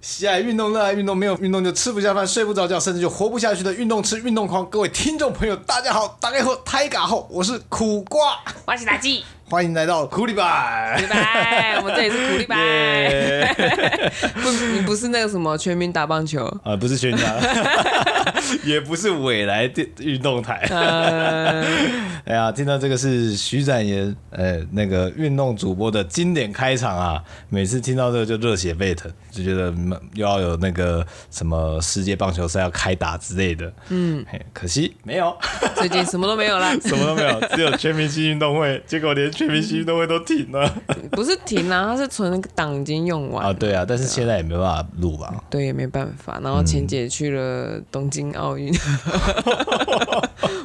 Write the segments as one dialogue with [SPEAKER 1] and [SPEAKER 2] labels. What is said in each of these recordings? [SPEAKER 1] 喜爱运动、热爱运动，没有运动就吃不下饭、睡不着觉，甚至就活不下去的运动痴、运动狂。各位听众朋友，大家好，大家好，泰嘎后，我是苦瓜，
[SPEAKER 2] 我是大 G，
[SPEAKER 1] 欢迎来到苦力吧。
[SPEAKER 2] 拜拜，我们这里是 苦力拜。不，你不是那个什么全民打棒球？
[SPEAKER 1] 啊，不是全家， 也不是未来电运动台。 哎呀，听到这个是徐展言，呃，那个运动主播的经典开场啊，每次听到这个就热血沸腾，就觉得嗯又要有那个什么世界棒球赛要开打之类的。嗯，可惜没有，
[SPEAKER 2] 最近什么都没有了，
[SPEAKER 1] 什么都没有，只有全明星运动会，结果连全明星运动会都停了。
[SPEAKER 2] 不是停啊，它是存那个档已经用 完
[SPEAKER 1] 啊，对啊，但是现在也没办法录啊吧？
[SPEAKER 2] 对，也没办法。然后钱姐去了东京奥 运，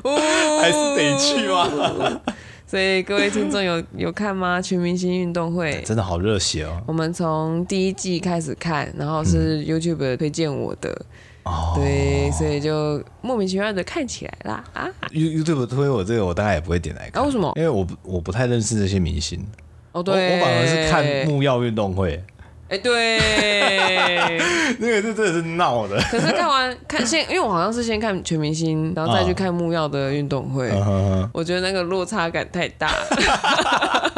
[SPEAKER 2] 哦
[SPEAKER 1] 还是得去吗？
[SPEAKER 2] 所以各位听众有有看吗？全明星运动 会，
[SPEAKER 1] 真的好热血哦！
[SPEAKER 2] 我们从第一季开始看，然后
[SPEAKER 1] 嗯
[SPEAKER 2] 是 YouTube 推荐我的，
[SPEAKER 1] 哦
[SPEAKER 2] 对，所以就莫名其妙的看起来啦啊！
[SPEAKER 1] You YouTube 推我这个，我大概也不会点来看。
[SPEAKER 2] 啊为什么
[SPEAKER 1] 因为我不我不太认识这些明星，
[SPEAKER 2] 哦，
[SPEAKER 1] 我
[SPEAKER 2] 对，
[SPEAKER 1] 我反而是看木曜运动会，
[SPEAKER 2] 哎、对，
[SPEAKER 1] 那个是真的是闹的。
[SPEAKER 2] 可是看完看先，因为我好像是先看全明星，然后再去看木曜的运动会，
[SPEAKER 1] 嗯
[SPEAKER 2] 我觉得那个落差感太大。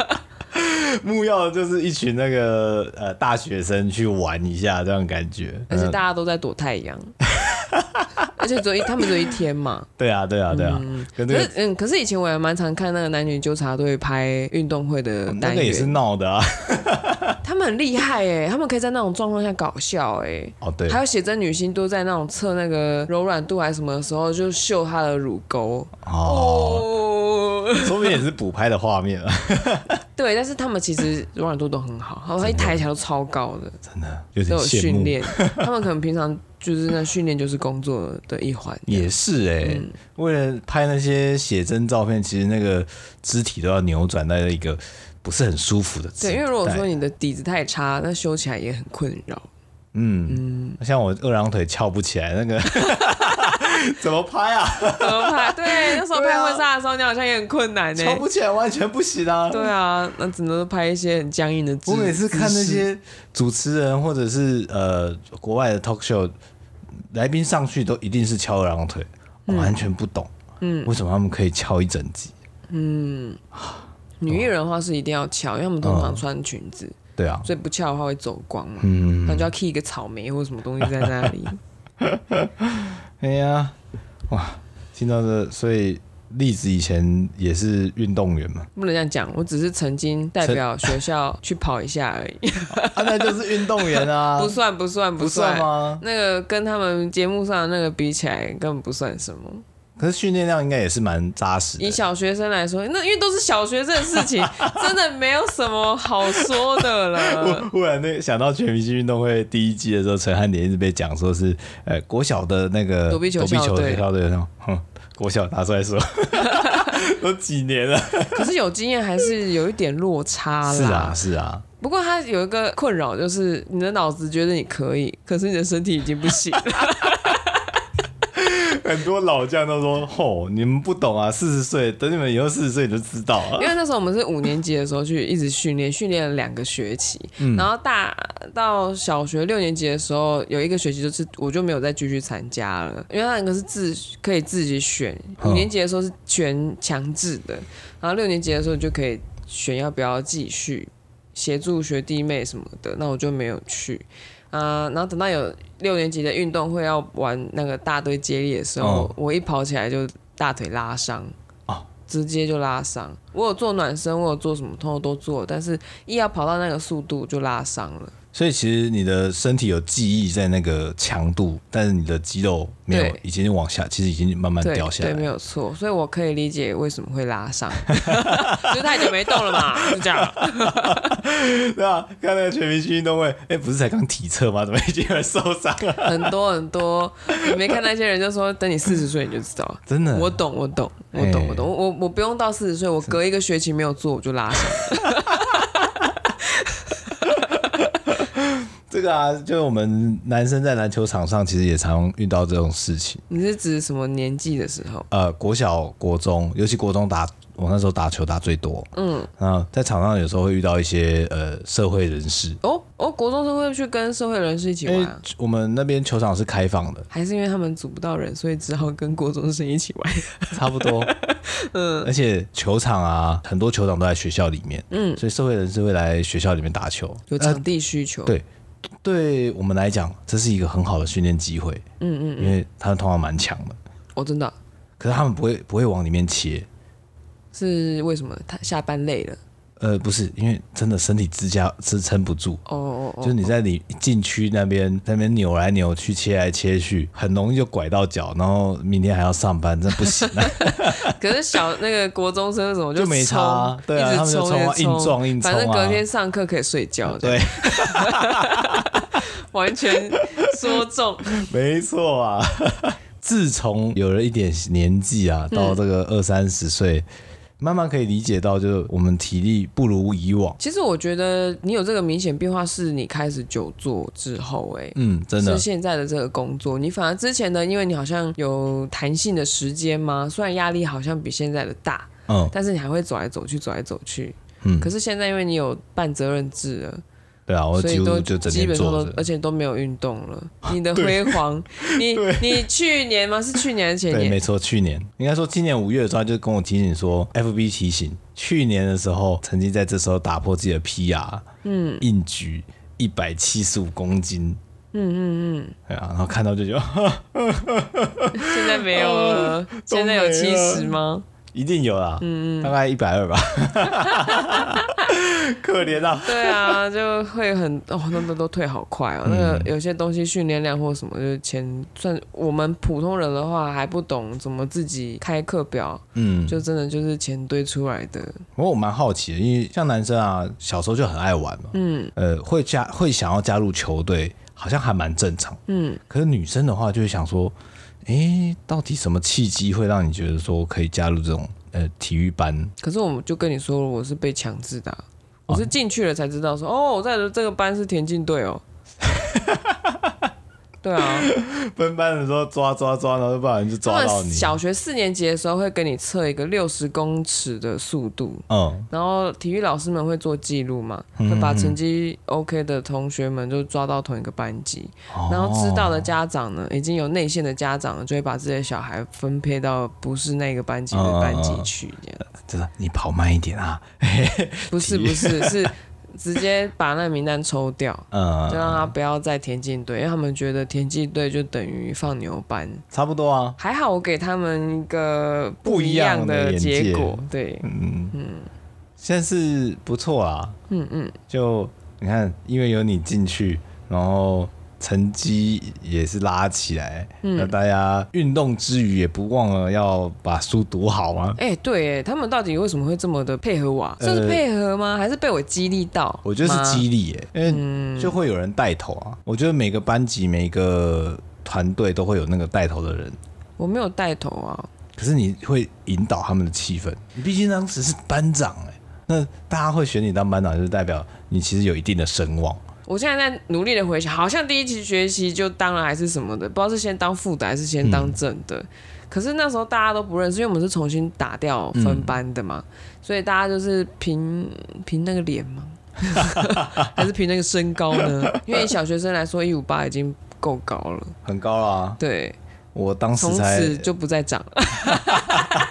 [SPEAKER 1] 木曜就是一群那个呃大学生去玩一下这样感觉，
[SPEAKER 2] 而且
[SPEAKER 1] 嗯
[SPEAKER 2] 大家都在躲太 阳，而且只有一他们只有一天嘛。
[SPEAKER 1] 对啊对啊对啊，跟这
[SPEAKER 2] 可是
[SPEAKER 1] 个，
[SPEAKER 2] 嗯，可是以前我也蛮常看那个男女纠察队拍运动会的
[SPEAKER 1] 嗯那
[SPEAKER 2] 单
[SPEAKER 1] 个也是
[SPEAKER 2] 元，
[SPEAKER 1] 闹 的啊。
[SPEAKER 2] 他们很厉害哎、他们可以在那种状况下搞笑哎、
[SPEAKER 1] 哦对
[SPEAKER 2] 还有写真女星都在那种测那个柔软度还是什么的时候，就秀她的乳沟
[SPEAKER 1] 哦，
[SPEAKER 2] 哦。
[SPEAKER 1] 说不定也是补拍的画面啊，
[SPEAKER 2] 对，但是他们其实柔软度都很好，好像一抬起来都超高的，
[SPEAKER 1] 真的有
[SPEAKER 2] 都
[SPEAKER 1] 点
[SPEAKER 2] 有
[SPEAKER 1] 羡
[SPEAKER 2] 训
[SPEAKER 1] 慕。
[SPEAKER 2] 练。他们可能平常就是那训练就是工作的一环。
[SPEAKER 1] 也
[SPEAKER 2] 嗯
[SPEAKER 1] 是哎、为了拍那些写真照片，其实那个肢体都要扭转到一个不是很舒服的姿态。
[SPEAKER 2] 对，因为如果说你的底子太差，那修起来也很困扰。
[SPEAKER 1] 嗯，像我二郎腿翘不起来， 那个怎么拍啊？
[SPEAKER 2] 怎么拍？对，那时候
[SPEAKER 1] 对
[SPEAKER 2] 拍
[SPEAKER 1] 啊
[SPEAKER 2] 婚纱的时候，你好像也很困难呢、欸
[SPEAKER 1] 翘不起来完全不行啊！
[SPEAKER 2] 对啊，那只能拍一些很僵硬的姿
[SPEAKER 1] 我每次看那，
[SPEAKER 2] 姿势
[SPEAKER 1] 些主持人或者是呃国外的 talk show 来宾上去，都一定是翘二郎腿，我完全不懂，嗯，为什么他们可以翘一整集？
[SPEAKER 2] 女艺人的话是一定要翘，因为他们通
[SPEAKER 1] 嗯
[SPEAKER 2] 常穿裙子，
[SPEAKER 1] 对啊，
[SPEAKER 2] 所以不翘的话会走光嘛。嗯，那就要 key 一个草莓或者什么东西在那里。
[SPEAKER 1] 哎呀，哇，听到这，所以栗子以前也是运动员嘛，
[SPEAKER 2] 不能这样讲，我只是曾经代表学校去跑一下而已，
[SPEAKER 1] 啊，那就是运动员啊，
[SPEAKER 2] 不算不 算
[SPEAKER 1] 不
[SPEAKER 2] 算
[SPEAKER 1] 算？哦吗？
[SPEAKER 2] 那个跟他们节目上的那个比起来，根本不算什么。
[SPEAKER 1] 可是训练量应该也是蛮扎实的
[SPEAKER 2] 以。小学生来说，那因为都是小学生的事 情，真的没有什么好说的了。
[SPEAKER 1] 忽然那个想到全明星运动会第一季的时候，陈汉典一直被讲说是呃国小的那个
[SPEAKER 2] 躲避球校队
[SPEAKER 1] 校队那种，哼，国小拿出来 说，都几年了，
[SPEAKER 2] 可是有经验还是有一点落差啦。
[SPEAKER 1] 是啊是啊，
[SPEAKER 2] 不过他有一个困扰，就是你的脑子觉得你可以，可是你的身体已经不行了。
[SPEAKER 1] 很多老将都说吼、你们不懂啊，四十岁等你们以后四十岁你就知道了
[SPEAKER 2] 因。为那时候我们是五年级的时候去一直训练，训练了两个学期，然后大到小学六年级的时候，有一个学期就是我就没有再继续参加了，因为那个是自可以自己选，
[SPEAKER 1] 嗯
[SPEAKER 2] 五年级的时候是全强制的，然后六年级的时候你就可以选要不要继续协助学弟妹什么的，那我就没有去。啊、然后等到有六年级的运动会要玩那个大队接力的时候，
[SPEAKER 1] 哦
[SPEAKER 2] 我一跑起来就大腿拉伤，
[SPEAKER 1] 哦
[SPEAKER 2] 直接就拉伤。我有做暖身，我有做什么，通通都做，但是一要跑到那个速度就拉伤了。
[SPEAKER 1] 所以其实你的身体有记忆在那个强度，但是你的肌肉没有
[SPEAKER 2] 对，
[SPEAKER 1] 已经往下，其实已经慢慢
[SPEAKER 2] 对
[SPEAKER 1] 掉下
[SPEAKER 2] 对，没
[SPEAKER 1] 来。
[SPEAKER 2] 有错，所以我可以理解为什么会拉伤， 就是太久没动了嘛，就这样。
[SPEAKER 1] 对啊，看那个全明星运动会，哎、不是才刚体测吗？怎么已经有人受伤啊了？
[SPEAKER 2] 很多很多，你没看那些人就说，等你四十岁你就知道了。
[SPEAKER 1] 真的，
[SPEAKER 2] 我懂，我懂，我懂，
[SPEAKER 1] 哎
[SPEAKER 2] 我懂。我我我不用到四十岁，我隔一个学期没有做我 就拉伤。
[SPEAKER 1] 这个啊，就是我们男生在篮球场上其实也常遇到这种事情。
[SPEAKER 2] 你是指什么年纪的时候？
[SPEAKER 1] 呃，国小、国中，尤其国中打我那时候打球打最多，嗯，啊，在场上有时候会遇到一些呃社会人士，
[SPEAKER 2] 哦哦，国中是会去跟社会人士一起
[SPEAKER 1] 因为
[SPEAKER 2] 玩、啊，，
[SPEAKER 1] 我们那边球场是开放的
[SPEAKER 2] 还是因为他们组不到人，所以只好跟国中生一起 玩？
[SPEAKER 1] 差不多，嗯，而且球场啊，很多球场都在学校里面，嗯，所以社会人士会来学校里面打球，
[SPEAKER 2] 有场地需求，
[SPEAKER 1] 呃对，对我们来讲，这是一个很好的训练机会，嗯嗯因为他们通常蛮强的，
[SPEAKER 2] 哦，真的啊、
[SPEAKER 1] 可是他们不会不会往里面切，
[SPEAKER 2] 是为什么？他下班累了，
[SPEAKER 1] 呃，不是，因为真的身体支架支撑不住，
[SPEAKER 2] 哦哦
[SPEAKER 1] 就是
[SPEAKER 2] 哦，
[SPEAKER 1] 你在你禁区那边那边扭来扭去、切来切去，很容易就拐到脚，然后明天还要上班，真不行、啊。
[SPEAKER 2] 可是小那个国中生怎么
[SPEAKER 1] 就没差啊
[SPEAKER 2] 冲
[SPEAKER 1] 对啊
[SPEAKER 2] 一
[SPEAKER 1] 他
[SPEAKER 2] 直
[SPEAKER 1] 们就
[SPEAKER 2] 冲
[SPEAKER 1] 冲啊
[SPEAKER 2] 一直冲
[SPEAKER 1] 硬撞硬冲啊
[SPEAKER 2] 反正隔天上课可以睡 觉，，
[SPEAKER 1] 对，
[SPEAKER 2] 完 全说中，
[SPEAKER 1] 没错啊。 自从有了一点年纪啊，
[SPEAKER 2] 嗯
[SPEAKER 1] 到这个二三十岁，慢慢可以理解到，就是我们体力不如以往。
[SPEAKER 2] 其实我觉得你有这个明显变化，是你开始久坐之后、欸，哎、
[SPEAKER 1] 嗯，真的
[SPEAKER 2] 是，现在的这个工作，你反而之前呢，因为你好像有弹性的时间嘛，虽然压力好像比现在的大，
[SPEAKER 1] 嗯，
[SPEAKER 2] 但是你还会走来走去，走来走去。
[SPEAKER 1] 嗯
[SPEAKER 2] 可是现在因为你有半责任制了，
[SPEAKER 1] 对啊，我
[SPEAKER 2] 所
[SPEAKER 1] 几
[SPEAKER 2] 以
[SPEAKER 1] 乎
[SPEAKER 2] 都
[SPEAKER 1] 就整
[SPEAKER 2] 基
[SPEAKER 1] 天
[SPEAKER 2] 本上
[SPEAKER 1] 坐
[SPEAKER 2] 都，
[SPEAKER 1] 着啊
[SPEAKER 2] 而。且都没有运动 了。你的辉煌，你你去年吗？是去年还是前
[SPEAKER 1] 对，没
[SPEAKER 2] 年？
[SPEAKER 1] 错，去年应该说今年五月的时候，他就跟我提醒说，FB 提醒，去年的时候曾经在这时候打破自己的 PR，嗯，硬举一百七十五公斤，嗯嗯嗯，对啊，然后看到就觉得哈
[SPEAKER 2] 现在没有了。现在有
[SPEAKER 1] 都没
[SPEAKER 2] 七
[SPEAKER 1] 了
[SPEAKER 2] 十吗？
[SPEAKER 1] 一定有啦，嗯嗯，大概一百二吧， 可怜啊，
[SPEAKER 2] 对啊，就会很哦，那都都退好快哦。那个有些东西训练量或什么，就是前算我们普通人的话还不懂怎么自己开课表，
[SPEAKER 1] 嗯，
[SPEAKER 2] 就真的就是钱堆出来的。
[SPEAKER 1] 不过我蛮好奇的，因为像男生啊，小时候就很爱玩嘛，嗯，呃，会加会想要加入球队，好像还蛮正常，嗯。可是女生的话，就会想说，诶，到底什么契机会让你觉得说可以加入这种呃体育班？
[SPEAKER 2] 可是我们就跟你说了，我是被强制的啊、我是进去了才知道说，哦，我在这个班是田径队哦。对啊，
[SPEAKER 1] 分班的时候抓抓抓，然后不然就
[SPEAKER 2] 他们小学四年级的时候会跟你测一个六十公尺的速度，
[SPEAKER 1] 嗯，
[SPEAKER 2] 然后体育老师们会做记录嘛，会把成绩
[SPEAKER 1] 嗯
[SPEAKER 2] OK 的同学们就抓到同一个班级，
[SPEAKER 1] 哦
[SPEAKER 2] 然后知道的家长呢，已经有内线的家长了就会把自己的小孩分配到不是那个班级的班级
[SPEAKER 1] 嗯
[SPEAKER 2] 去，这样、
[SPEAKER 1] 就是你跑慢一点啊，
[SPEAKER 2] 不是不 是是直接把那名单抽掉，就
[SPEAKER 1] 嗯，
[SPEAKER 2] 让他不要在田径队，因为他们觉得田径队就等于放牛班。
[SPEAKER 1] 差不多啊，
[SPEAKER 2] 还好我给他们一个
[SPEAKER 1] 不一
[SPEAKER 2] 一
[SPEAKER 1] 样
[SPEAKER 2] 样
[SPEAKER 1] 的
[SPEAKER 2] 的
[SPEAKER 1] 眼界
[SPEAKER 2] 结果，对，
[SPEAKER 1] 嗯嗯，现在是不错啦，嗯嗯，就你看，因为有你进去，然后成绩也是拉起来，那、大家运动之余也不忘了要把书读好啊。
[SPEAKER 2] 哎、对，哎，他们到底为什么会这么的配合我、啊？
[SPEAKER 1] 呃
[SPEAKER 2] 这是配合吗？还是被我激励到？
[SPEAKER 1] 我觉得是激励耶、因为就会有人带头啊。我觉得每个班级、每个团队都会有那个带头的人，
[SPEAKER 2] 我没有带头啊，
[SPEAKER 1] 可是你会引导他们的气氛。你毕竟当时是班长哎、那大家会选你当班长，就是代表你其实有一定的声望。
[SPEAKER 2] 我现在在努力的回想，好像第一期学习就当了还是什么的，不知道是先当副的还是先当
[SPEAKER 1] 嗯
[SPEAKER 2] 正的。可是那时候大家都不认识，因为我们是重新打掉
[SPEAKER 1] 嗯
[SPEAKER 2] 分班的嘛，所以大家就是凭凭那个脸 吗？还是凭那个身高呢？因为以小学生来说，一五八已经够高了，
[SPEAKER 1] 很高啦、
[SPEAKER 2] 对，
[SPEAKER 1] 我当时
[SPEAKER 2] 从
[SPEAKER 1] 才，
[SPEAKER 2] 此就不再长了。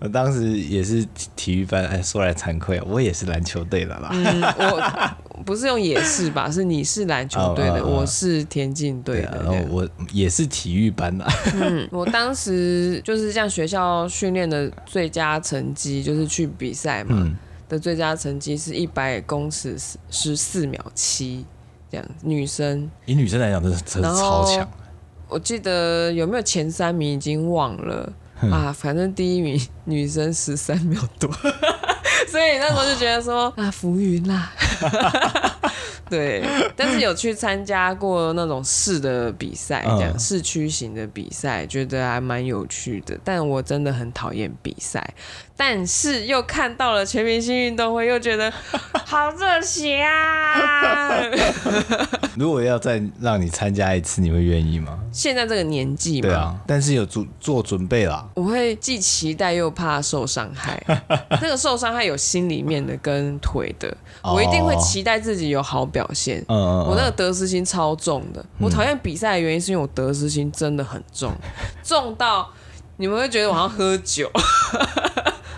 [SPEAKER 1] 我当时也是体体育班，哎，说来惭愧，我也是篮球队的啦。
[SPEAKER 2] 嗯，我不是用也是吧？是你是篮球队
[SPEAKER 1] 啊啊
[SPEAKER 2] 的，
[SPEAKER 1] 啊
[SPEAKER 2] 我是田径队
[SPEAKER 1] 啊
[SPEAKER 2] 的，
[SPEAKER 1] 然
[SPEAKER 2] 这
[SPEAKER 1] 后
[SPEAKER 2] 样嗯
[SPEAKER 1] 我也是体育班的，啊
[SPEAKER 2] 我当时就是像学校训练的最佳成绩，就是去比赛嘛、
[SPEAKER 1] 嗯
[SPEAKER 2] 的最佳成绩是一百公尺十四秒七这样，女生
[SPEAKER 1] 以女生来讲，真的真的
[SPEAKER 2] 然后
[SPEAKER 1] 超强。啊
[SPEAKER 2] 我记得有没有前三名已经忘了、啊，反正第一名女生十三秒多， 所以那时候就觉得说啊浮云啦， 对，但是有去参加过那种市的比赛，这样、
[SPEAKER 1] 嗯
[SPEAKER 2] 市区型的比赛，觉得还蛮有趣的。但我真的很讨厌比赛，但是又 看到了全明星运动会，又觉得好热血啊！
[SPEAKER 1] 如果要再让你参加一次，你会愿意吗？
[SPEAKER 2] 现在这个年纪嘛，
[SPEAKER 1] 对啊，但是有做做准备啦。
[SPEAKER 2] 我会既期待又怕受伤害。 那个受伤害有心里面的跟腿的，
[SPEAKER 1] 哦
[SPEAKER 2] 我一定会期待自己有好表现。
[SPEAKER 1] 嗯嗯嗯
[SPEAKER 2] 我那个得失心超重的，我讨厌比赛的原因是因为我得失心真的很重，重到你们会觉得我好像喝酒，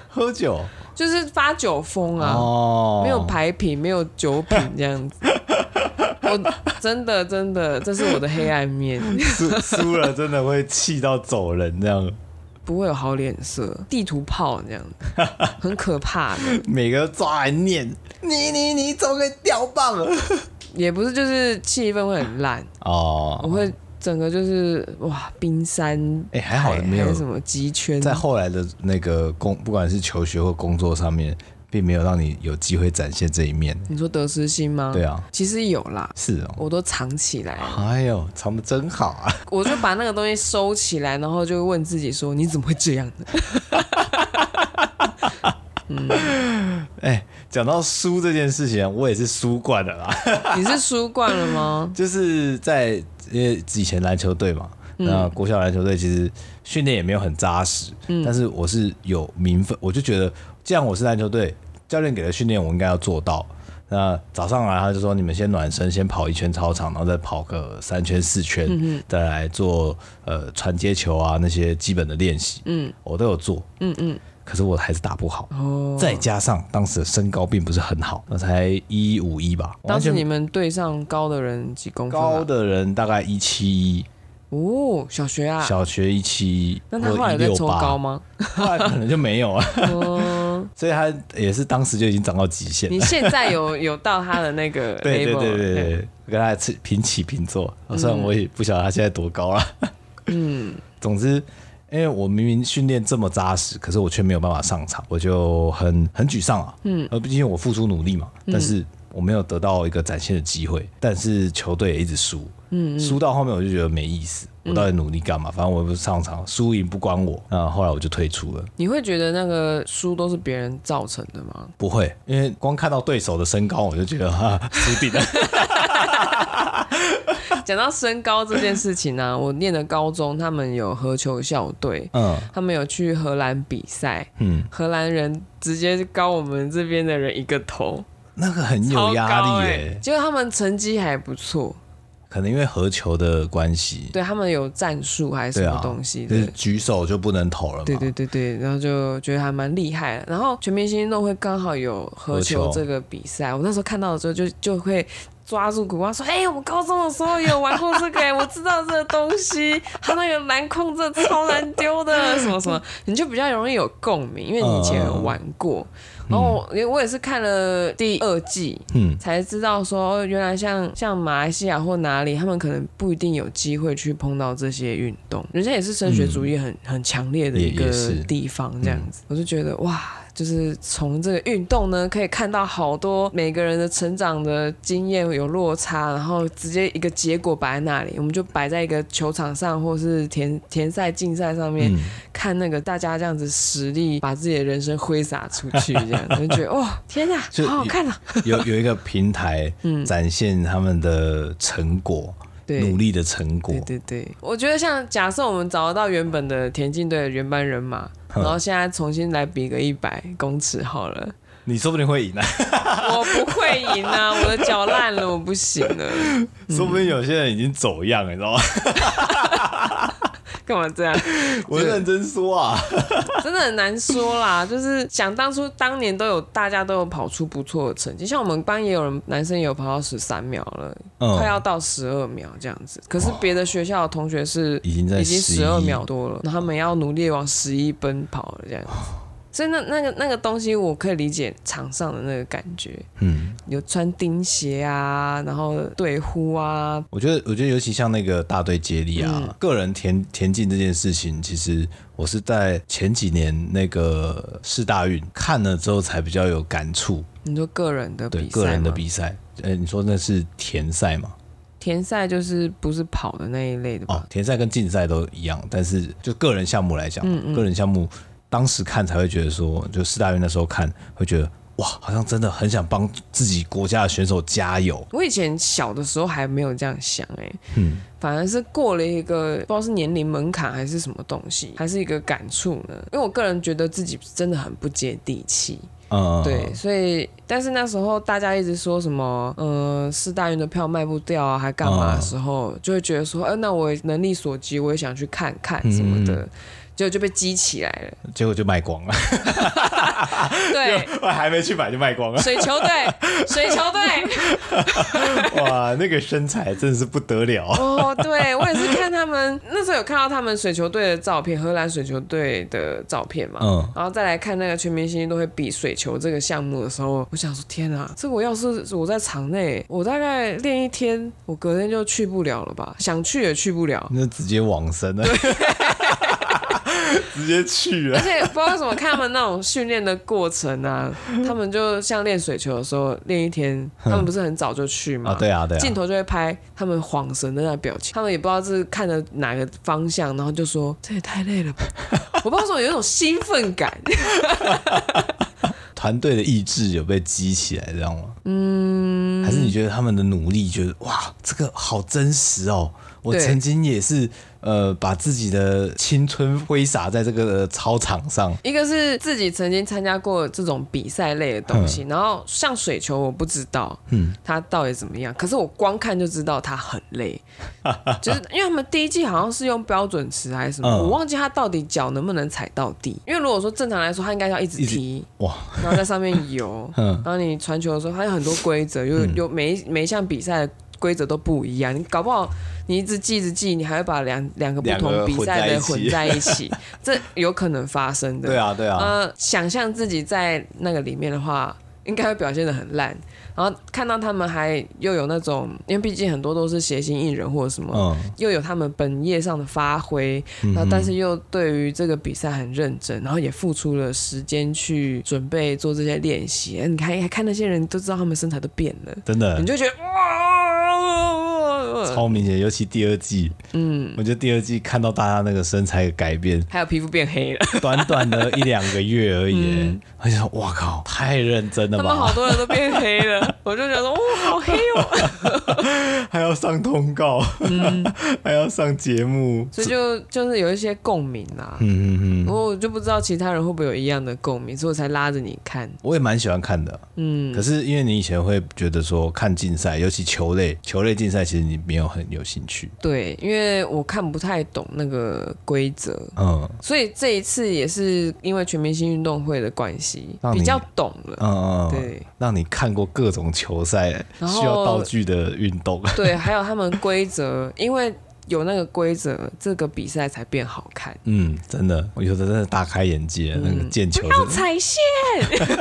[SPEAKER 1] 喝酒
[SPEAKER 2] 就是发酒疯啊。
[SPEAKER 1] 哦，
[SPEAKER 2] 没有牌品，没有酒品这样子。我真的真的，这是我的黑暗面，
[SPEAKER 1] 输输了，真的会气到走人这样。
[SPEAKER 2] 不会有好脸色，地图炮这样子，很可怕的。
[SPEAKER 1] 每个抓来念你你你怎么给掉棒啊了？
[SPEAKER 2] 也不是，就是气氛会很烂，我
[SPEAKER 1] 哦，
[SPEAKER 2] 会整个就是哇，冰山
[SPEAKER 1] 哎还好
[SPEAKER 2] 海
[SPEAKER 1] 没有
[SPEAKER 2] 还什么极圈，
[SPEAKER 1] 在后来的那个工，不管是求学或工作上面，并没有让你有机会展现这一面。
[SPEAKER 2] 你说得失心吗？
[SPEAKER 1] 对，啊，
[SPEAKER 2] 其实有啦，
[SPEAKER 1] 是哦，
[SPEAKER 2] 我都藏起来了，
[SPEAKER 1] 哎呦，藏的真好啊！
[SPEAKER 2] 我就把那个东西收起来，然后就问自己说，你怎么会这样呢？
[SPEAKER 1] 哎，讲到输这件事情，啊我也是输惯了啦。
[SPEAKER 2] 你是输惯了吗？
[SPEAKER 1] 就是在因为以前篮球队嘛，
[SPEAKER 2] 嗯
[SPEAKER 1] 那国小篮球队其实训练也没有很扎实，
[SPEAKER 2] 嗯
[SPEAKER 1] 但是我是有名分，我就觉得既然我是篮球队，教练给的训练我应该要做到。那早上来他就说你们先暖身，先跑一圈操场，然后再跑个三圈四圈，
[SPEAKER 2] 嗯
[SPEAKER 1] 再来做呃传接球啊那些基本的练习，嗯，我都有做，嗯嗯，可是我还是打不好，
[SPEAKER 2] 哦，
[SPEAKER 1] 再加上当时的身高并不是很好，那才一五一吧，
[SPEAKER 2] 当
[SPEAKER 1] 完
[SPEAKER 2] 时
[SPEAKER 1] 全
[SPEAKER 2] 你们队上高的人几公分、啊？
[SPEAKER 1] 高的人大概一七一，
[SPEAKER 2] 哦，小学啊。
[SPEAKER 1] 小学一七一，
[SPEAKER 2] 那他后来有在抽高吗？
[SPEAKER 1] 后来可能就没 有啊，
[SPEAKER 2] 嗯，
[SPEAKER 1] 所以他也是当时就已经长到极限
[SPEAKER 2] 你
[SPEAKER 1] 了。
[SPEAKER 2] 现在有有到他的那个 level？
[SPEAKER 1] 对对对对对，跟他是平起平坐，虽然我也不晓得他现在多高了。嗯， 总之。因为我明明训练这么扎实，可是我却没有办法上场，我就很很沮丧啊。嗯，呃，毕竟我付出努力嘛，但是我没有得到一个展现的机会，但是球队也一直输。输到后面我就觉得没意思，我到底努力干嘛？反正我又不是上场，输赢不关我。那后来我就退出了。
[SPEAKER 2] 你会觉得那个输都是别人造成的吗？
[SPEAKER 1] 不会，因为光看到对手的身高，我就觉得哈输定 了。
[SPEAKER 2] 讲到身高这件事情呢、啊 我念的高中他们有合球校队，
[SPEAKER 1] 嗯
[SPEAKER 2] 他们有去荷兰比赛，
[SPEAKER 1] 嗯，
[SPEAKER 2] 荷兰人直接高我们这边的人一个头，
[SPEAKER 1] 那个很有压
[SPEAKER 2] 超高
[SPEAKER 1] 力
[SPEAKER 2] 欸
[SPEAKER 1] 耶、
[SPEAKER 2] 结果他们成绩还不错，
[SPEAKER 1] 可能因为合球的关系，
[SPEAKER 2] 对他们有战术还是
[SPEAKER 1] 对
[SPEAKER 2] 什
[SPEAKER 1] 啊
[SPEAKER 2] 么，东西
[SPEAKER 1] 就
[SPEAKER 2] 的。
[SPEAKER 1] 是举手就不能投了嘛。
[SPEAKER 2] 对对对对，然后就觉得还蛮厉害的。然后全明星运动会刚好有合
[SPEAKER 1] 合
[SPEAKER 2] 球
[SPEAKER 1] 球
[SPEAKER 2] 这个比赛，我那时候看到的时候就就会抓住古巴说：“哎、我们高中的时候有玩过这个、哎，我知道这个东西，它那个篮筐这超难丢的，什么什么，你就比较容易有共鸣，因为你以前
[SPEAKER 1] 嗯
[SPEAKER 2] 有玩过。然后我因为我也是看了第二季，
[SPEAKER 1] 嗯
[SPEAKER 2] 才知道说，哦原来像像马来西亚或哪里，他们可能不一定有机会去碰到这些运动。人家也是升学主义很、很强烈的一
[SPEAKER 1] 嗯也
[SPEAKER 2] 个
[SPEAKER 1] 也是嗯
[SPEAKER 2] 地方，这样子，我就觉得哇，就是从这个运动呢，可以看到好多每个人的成长的经验有落差，然后直接一个结果摆在那里，我们就摆在一个球场上或是田田赛竞赛上面，
[SPEAKER 1] 嗯，
[SPEAKER 2] 看那个大家这样子实力，把自己的人生挥洒出去，这样我就觉得哇、天哪，
[SPEAKER 1] 就
[SPEAKER 2] 好好看啊！
[SPEAKER 1] 有有一个平 台展现他们的成果，
[SPEAKER 2] 嗯对，
[SPEAKER 1] 努力的成果
[SPEAKER 2] 对。对对，我觉得像假设我们找得到原本的田径队的原班人马，然后现在重新来比个一百公尺好了，
[SPEAKER 1] 你说不定会赢啊，
[SPEAKER 2] 我不会赢啊，我的脚烂了，我不行了， 嗯
[SPEAKER 1] 说不定有些人已经走样了，你知道吗？
[SPEAKER 2] 干嘛这样？
[SPEAKER 1] 我认真说啊，
[SPEAKER 2] 真的很难说啦，就是想当初当年都有大家都有跑出不错的成绩，像我们班也有人男生也有跑到十三秒了，
[SPEAKER 1] 嗯
[SPEAKER 2] 快要到十二秒这样子。可是别的学校的同学是
[SPEAKER 1] 嗯已经在
[SPEAKER 2] 已经
[SPEAKER 1] 11
[SPEAKER 2] 十二秒多了，那他们要努力往十一奔跑了这样 子。所以那那个那个东西，我可以理解场上的那个感觉，
[SPEAKER 1] 嗯，
[SPEAKER 2] 有穿钉鞋啊，然后对呼啊，
[SPEAKER 1] 我觉得，我觉得尤其像那个大队接力啊，
[SPEAKER 2] 嗯
[SPEAKER 1] 个人田田径这件事情，其实我是在前几年那个世大运看了之后才比较有感触。
[SPEAKER 2] 你说个人的
[SPEAKER 1] 对
[SPEAKER 2] 比
[SPEAKER 1] 个
[SPEAKER 2] 赛
[SPEAKER 1] 人的
[SPEAKER 2] 吗？
[SPEAKER 1] 比赛，呃，你说那是田赛嘛？
[SPEAKER 2] 田赛就是不是跑的那一类的吧？
[SPEAKER 1] 哦，田赛跟竞赛都一样，但是就个
[SPEAKER 2] 嗯
[SPEAKER 1] 人项目来讲，个人项目当时看才会觉得说，就世大运那时候看会觉得哇，好像真的很想帮自己国家的选手加油。
[SPEAKER 2] 我以前小的时候还没有这样想哎、反而是过了一个不知道是年龄门槛还是什么东西，还是一个感触呢。因为我个人觉得自己真的很不接地气，
[SPEAKER 1] 嗯，
[SPEAKER 2] 对，所以但是那时候大家一直说什么，呃，四大运的票卖不掉啊，还干嘛的时候，就会觉得说，呃，那我也能力所及，我也想去看看什么的，结果就被激起来了。
[SPEAKER 1] 呃结果就卖光了，
[SPEAKER 2] 对，
[SPEAKER 1] 还没去买就卖光了。
[SPEAKER 2] 水球队，水球队，
[SPEAKER 1] 哇，那个身材真的是不得了。
[SPEAKER 2] 哦，对我也是看他们那时候有看到他们水球队的照片，荷兰水球队的照片嘛，
[SPEAKER 1] 嗯
[SPEAKER 2] 然后再来看那个全明星都会比水球这个项目的时候，我想说天啊，这我要是我在场内，我大概练一天，我隔天就去不了了吧？想去也去不了。
[SPEAKER 1] 那直接往生了，直接去了
[SPEAKER 2] 而。且不知道为什么看他们那种训练的过 程啊，他们就像练水球的时候练一天，他们不是很早就去嘛、
[SPEAKER 1] 啊，对啊，对啊，
[SPEAKER 2] 镜头就会拍他们恍神的那表情，他们也不知道是看着哪个方向，然后就说这也太累了吧。我不知道为什么有一种兴奋感，
[SPEAKER 1] 团队的意志有被激起来，这样吗？嗯，还是你觉得他们的努力，觉得哇，这个好真实哦。我
[SPEAKER 2] 对
[SPEAKER 1] 曾经也是，呃，把自己的青春挥洒在这个操场上。
[SPEAKER 2] 一个是自己曾经参加过这种比赛类的东
[SPEAKER 1] 嗯
[SPEAKER 2] 西，然后像水球我不知道，嗯，它到底怎么样，可是我光看就知道它很 累，就是因为他们第一季好像是用标准池还是什么，
[SPEAKER 1] 嗯
[SPEAKER 2] 我忘记它到底脚能不能踩到地，因为如果说正常来说，它应该要一直
[SPEAKER 1] 一直
[SPEAKER 2] 踢，
[SPEAKER 1] 哇，
[SPEAKER 2] 然后在上面游，
[SPEAKER 1] 嗯
[SPEAKER 2] 然后你传球的时候，它有很多规则，有有每一每一项比赛的规则都不一样，你搞不好你一直记一直记，你还会把两两个不
[SPEAKER 1] 两
[SPEAKER 2] 同
[SPEAKER 1] 个
[SPEAKER 2] 比
[SPEAKER 1] 混
[SPEAKER 2] 赛
[SPEAKER 1] 在
[SPEAKER 2] 的
[SPEAKER 1] 一起
[SPEAKER 2] 混在一起，这有可能发生的。
[SPEAKER 1] 对啊，对啊，
[SPEAKER 2] 呃，想象自己在那个里面的话，应该会表现的很烂。然后看到他们还又有那种，因为毕竟很多都是谐星艺人或者什么，
[SPEAKER 1] 嗯，
[SPEAKER 2] 又有他们本业上的发挥，然后但是又对于这个比赛很认真，然后也付出了时间去准备做这些练习。哎你看，看那些人都知道他们身材都变了，
[SPEAKER 1] 真的
[SPEAKER 2] 你就觉得哇，
[SPEAKER 1] 超明显，尤其第二季，嗯，我觉得第二季看到大家那个身材的改变，
[SPEAKER 2] 还有皮肤变黑了，
[SPEAKER 1] 短短的一两个月而已，而且哇靠，太认真了
[SPEAKER 2] 他们嗯好
[SPEAKER 1] 吧，
[SPEAKER 2] 多人都变黑了，我就觉得哦，好黑 哦。
[SPEAKER 1] 还要上通告，
[SPEAKER 2] 嗯
[SPEAKER 1] 还要上节目，
[SPEAKER 2] 所以就就是有一些共鸣啦。嗯嗯嗯，我就不知道其他人会不会有一样的共鸣，所以我才拉着你看。
[SPEAKER 1] 我也蛮喜欢看的，嗯，可是因为你以前会觉得说看竞赛，尤其球类球类竞赛，其实你没有很有兴趣，
[SPEAKER 2] 对，因为我看不太懂那个规则，
[SPEAKER 1] 嗯
[SPEAKER 2] 所以这一次也是因为全明星运动会的关系
[SPEAKER 1] 让，你
[SPEAKER 2] 比较懂了。
[SPEAKER 1] 嗯嗯，嗯
[SPEAKER 2] 对，
[SPEAKER 1] 让你看过各种球赛
[SPEAKER 2] 然后
[SPEAKER 1] 需要道具的运动，
[SPEAKER 2] 对，还有他们规则， 因为有那个规则，这个比赛才变好看。
[SPEAKER 1] 嗯，真的，我有的真的大开眼界，那个毽球
[SPEAKER 2] 嗯要
[SPEAKER 1] 是
[SPEAKER 2] 踩线，不要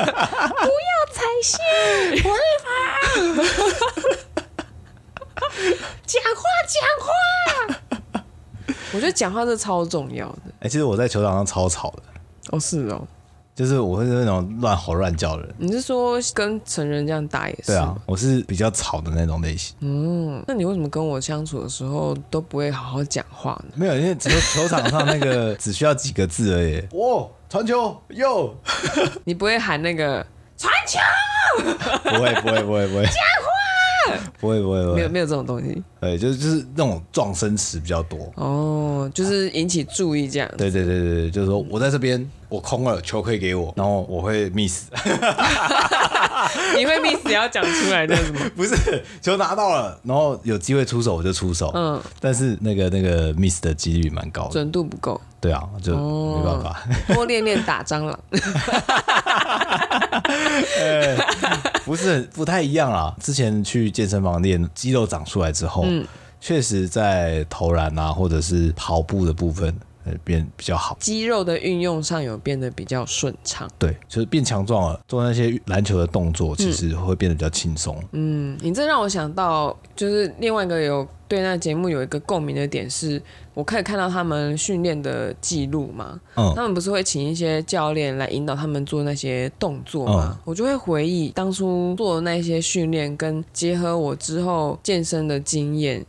[SPEAKER 2] 踩线，违法！ 讲话讲话， 我觉得讲话是超重要的。
[SPEAKER 1] 哎、其实我在球场上超吵的，
[SPEAKER 2] 哦，是哦，
[SPEAKER 1] 就是我会是那种乱吼乱叫的人。
[SPEAKER 2] 你是说跟成人这样打也是？
[SPEAKER 1] 对啊，我是比较吵的那种类型。
[SPEAKER 2] 嗯，那你为什么跟我相处的时候都不会好好讲话呢？
[SPEAKER 1] 没有，因为只有球场上那个 只需要几个字而已。哇，传球哟！
[SPEAKER 2] 你不会喊那个传球？
[SPEAKER 1] 不会，不会，不会，不会。讲话。不会，不会，不
[SPEAKER 2] 没有
[SPEAKER 1] 会。
[SPEAKER 2] 没有这种东西
[SPEAKER 1] 对，就是就是那种撞声词比较多。
[SPEAKER 2] 哦，就是引起注意这样。
[SPEAKER 1] 对对对对对，就是说我在这边，我空了，球可以给我，然后我会 miss，
[SPEAKER 2] 你会 miss 也要讲出来，这样 子吗？
[SPEAKER 1] 不是球拿到了，然后有机会出手我就出手，
[SPEAKER 2] 嗯，
[SPEAKER 1] 但是那个那个 miss 的几率蛮高的，
[SPEAKER 2] 准度不够，
[SPEAKER 1] 对啊，就没办法。
[SPEAKER 2] 多练练打蟑螂。
[SPEAKER 1] 不是很不太一样啦。之前去健身房练，肌肉长出来之后，
[SPEAKER 2] 嗯
[SPEAKER 1] 确实在投篮啊，或者是跑步的部分，呃，变比较好。
[SPEAKER 2] 肌肉的运用上有变得比较顺畅。
[SPEAKER 1] 对，就是变强壮了，做那些篮球的动作，其实会变得比较轻松。
[SPEAKER 2] 嗯，你这让我想到，就是另外一个有对那节目有一个共鸣的点是，我可以看到他们训练的记录嘛，
[SPEAKER 1] 嗯
[SPEAKER 2] 他们不是会请一些教练来引导他们做那些动作嘛，我就会回忆当初做的那些训练，跟结合我之后健身的经验。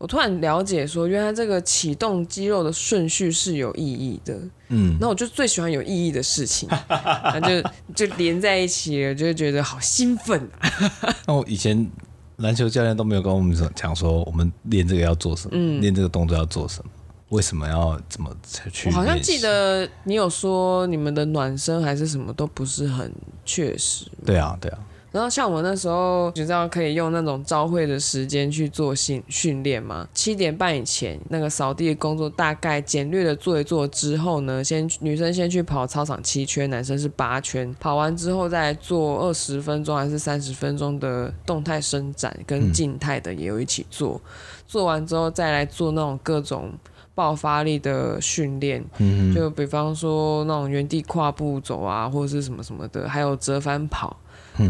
[SPEAKER 2] 我突然了解说，原来这个启动肌肉的顺序是有意义的。嗯，那我就最喜欢有意义的事情，那就就连在一起了，就会觉得好兴奋啊！
[SPEAKER 1] 那我以前篮球教练都没有跟我们讲说，我们练这个要做什么，
[SPEAKER 2] 嗯
[SPEAKER 1] 练这个动作要做什么，为什么要怎么去练习？
[SPEAKER 2] 我好像记得你有说你们的暖身还是什么都不是很确实，
[SPEAKER 1] 对啊，对啊，
[SPEAKER 2] 然后像我那时候，你知道可以用那种朝会的时间去做训训练吗？七点半以前，那个扫地的工作大概简略的做一做之后呢，先女生先去跑操场七圈，男生是八圈，跑完之后再做二十分钟还是三十分钟的动态伸展跟静态的也有一起做，做完之后再来做那种各种。爆发力的训练，就比方说那种原地跨步走啊，或者是什么什么的，还有折返跑，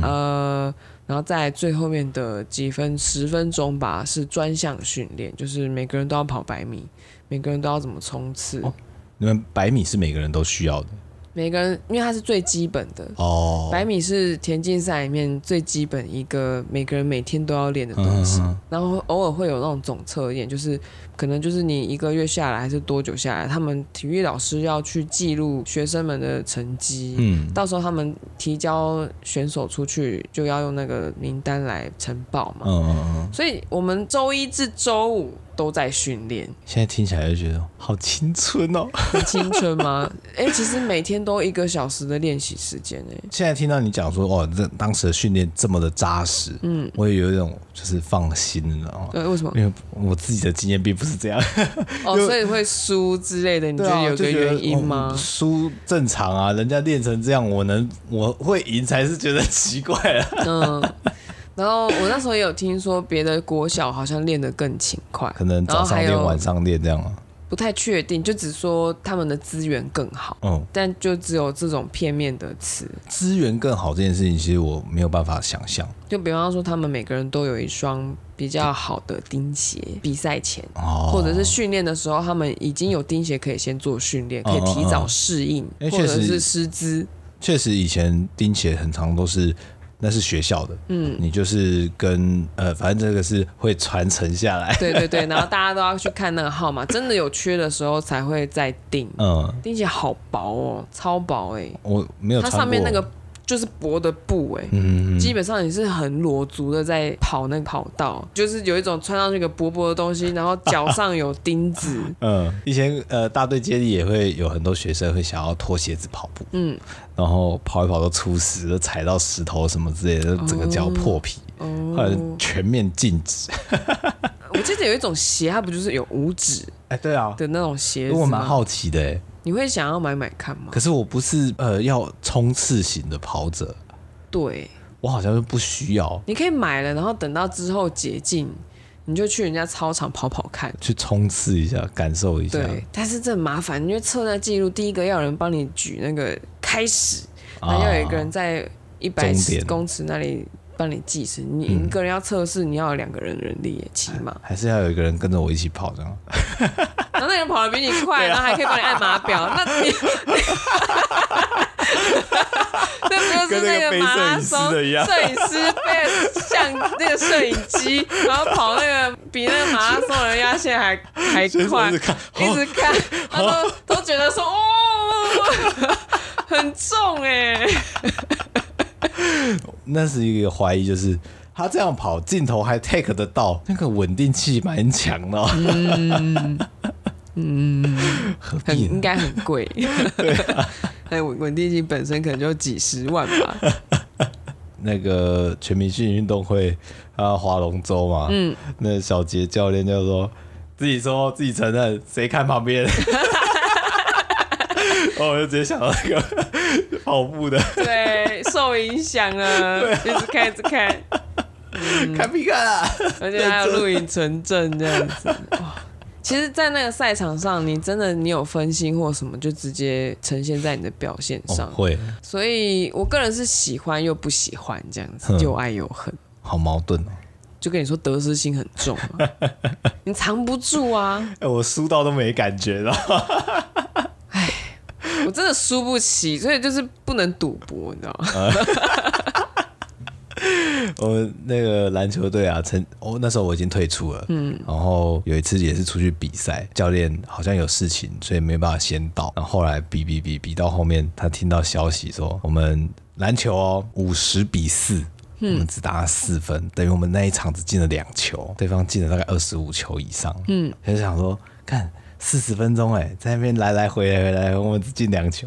[SPEAKER 2] 呃，然后在最后面的几分十分钟吧，是专项训练，就是每个人都要跑百米，每个人都要怎么冲刺，
[SPEAKER 1] 哦你们百米是每个人都需要的
[SPEAKER 2] 每个人因为它是最基本的，
[SPEAKER 1] 哦。
[SPEAKER 2] 百米是田径赛里面最基本一个每个人每天都要练的东西，
[SPEAKER 1] 嗯
[SPEAKER 2] 然后偶尔会有那种总测验，就是可能就是你一个月下来还是多久下来，他们体育老师要去记录学生们的成绩，
[SPEAKER 1] 嗯
[SPEAKER 2] 到时候他们提交选手出去就要用那个名单来呈报嘛。
[SPEAKER 1] 嗯嗯嗯，
[SPEAKER 2] 所以我们周一至周五都在 训练，
[SPEAKER 1] 现在听起来就觉得好青春哦。
[SPEAKER 2] 很青春吗？哎、其实每天都一个小时的练习时间哎、
[SPEAKER 1] 现在听到你讲说哦，这当时的训练这么的扎实，嗯，我也有一种就是放心，你知道吗？
[SPEAKER 2] 对，为 什么？
[SPEAKER 1] 因为我自己的经验并不是这样，
[SPEAKER 2] 哦，
[SPEAKER 1] 就
[SPEAKER 2] 所以会输之类 的，你觉
[SPEAKER 1] 对
[SPEAKER 2] 得
[SPEAKER 1] 啊，
[SPEAKER 2] 有个
[SPEAKER 1] 就觉得
[SPEAKER 2] 原因吗
[SPEAKER 1] 哦？输正常啊，人家练成这样，我能我会赢才是觉得奇怪啊了。
[SPEAKER 2] 嗯。然后我那时候也有听说别的国小好像练得更勤快，
[SPEAKER 1] 可能早
[SPEAKER 2] 然后
[SPEAKER 1] 上
[SPEAKER 2] 还
[SPEAKER 1] 练，
[SPEAKER 2] 有
[SPEAKER 1] 晚上练这样啊。
[SPEAKER 2] 不太确定，就只说他们的资源更好，
[SPEAKER 1] 嗯，
[SPEAKER 2] 但就只有这种片面的词。
[SPEAKER 1] 资源更好这件事情，其实我没有办法想象
[SPEAKER 2] 就比方说，他们每个人都有一双比较好的钉鞋，比赛前
[SPEAKER 1] 哦，
[SPEAKER 2] 或者是训练的时候，他们已经有钉鞋可以先做训练，可以提早适应，
[SPEAKER 1] 嗯嗯嗯
[SPEAKER 2] 或者
[SPEAKER 1] 因为确实
[SPEAKER 2] 是师资。
[SPEAKER 1] 确实以前钉鞋很长都是。那是学校的，嗯，你就是跟呃，反正这个是会传承下来，
[SPEAKER 2] 对对对，然后大家都要去看那个号码，真的有缺的时候才会再定。
[SPEAKER 1] 嗯，
[SPEAKER 2] 钉鞋好薄哦，超薄哎、
[SPEAKER 1] 我没有
[SPEAKER 2] 它
[SPEAKER 1] 穿
[SPEAKER 2] 上面
[SPEAKER 1] 过
[SPEAKER 2] 那个就是薄的布哎、
[SPEAKER 1] 嗯，
[SPEAKER 2] 基本上你是很裸足的在跑那个跑道，就是有一种穿上那个薄薄的东西，然后脚上有钉子，
[SPEAKER 1] 嗯，以前呃大队接力也会有很多学生会想要脱鞋子跑步，嗯，然后跑一跑都出屎，都踩到石头什么之类的，
[SPEAKER 2] 哦
[SPEAKER 1] 就整个脚破皮，后来全面禁止。
[SPEAKER 2] 我记得有一种鞋，它不就是有五指
[SPEAKER 1] 哎，对啊，
[SPEAKER 2] 的那种鞋子
[SPEAKER 1] 我蛮
[SPEAKER 2] 吗
[SPEAKER 1] 好奇的哎，
[SPEAKER 2] 你会想要买买看吗？
[SPEAKER 1] 可是我不是呃要冲刺型的跑者，
[SPEAKER 2] 对，
[SPEAKER 1] 我好像就不需要
[SPEAKER 2] 你可以买了，然后等到之后解禁，你就去人家操场跑跑看。
[SPEAKER 1] 去冲刺一下，感受一下，
[SPEAKER 2] 对，但是这很麻烦，因为测那记录，第一个要有人帮你举那个开始，
[SPEAKER 1] 啊
[SPEAKER 2] 那要有一个人在一百
[SPEAKER 1] 终点嗯
[SPEAKER 2] 公尺那里帮你计时。你一个人要测试，你要有两个人人力耶起码，
[SPEAKER 1] 还是要有一个人跟着我一起跑这样。
[SPEAKER 2] 然后那个人跑得比你
[SPEAKER 1] 啊
[SPEAKER 2] 快，然后还可以帮你按码表，那 你。那不就是那马拉松
[SPEAKER 1] 跟那个背摄影师的一样
[SPEAKER 2] 摄影师背像那个摄影机，然后跑那个比那个马拉松的人压线还还快，
[SPEAKER 1] 一直看哦
[SPEAKER 2] 一直看，他都都觉得说哦，很重哎、
[SPEAKER 1] 那是一个怀疑，就是他这样跑，镜头还 take 得到，那个稳定器蛮强的、哦。嗯何
[SPEAKER 2] 很
[SPEAKER 1] 必
[SPEAKER 2] 应
[SPEAKER 1] 呢？
[SPEAKER 2] 该很贵。 对、啊，稳稳定性本身可能就几十万 吧。
[SPEAKER 1] 那个全明星运动会啊，划龙舟嘛，嗯，那小杰教练就说自己说自己承认，谁看旁 边？哦，我就直接想到那个 跑步的，
[SPEAKER 2] 对，受影响了，
[SPEAKER 1] 啊
[SPEAKER 2] 一直看一直看，
[SPEAKER 1] 看屁看啊！
[SPEAKER 2] 而且还有录影存证这样子。哇，其实，在那个赛场上，你真的你有分心或什么，就直接呈现在你的表现
[SPEAKER 1] 哦
[SPEAKER 2] 上。
[SPEAKER 1] 会，
[SPEAKER 2] 所以我个人是喜欢又不喜欢这样子，
[SPEAKER 1] 嗯
[SPEAKER 2] 又爱又恨。
[SPEAKER 1] 好矛盾哦。
[SPEAKER 2] 就跟你说得失心很重、 啊，你藏不住啊！
[SPEAKER 1] 哎、我输到都没感觉到。
[SPEAKER 2] 我真的
[SPEAKER 1] 嗯
[SPEAKER 2] 输不起，所以就是不能赌博，你知道吗？
[SPEAKER 1] 我们那个篮球队啊，曾哦那时候我已经退出了，嗯，然后有一次也是出去比赛，教练好像有事情，所以没办法先到。然后后来比比比比到后面，他听到消息说我们篮球哦五十比四。我们只打了四分，等于我们那一场只进了两球，对方进了大概二十五球以上。嗯，他就想说，看四十分钟，哎，在那边来来回来回来，我们只进两球。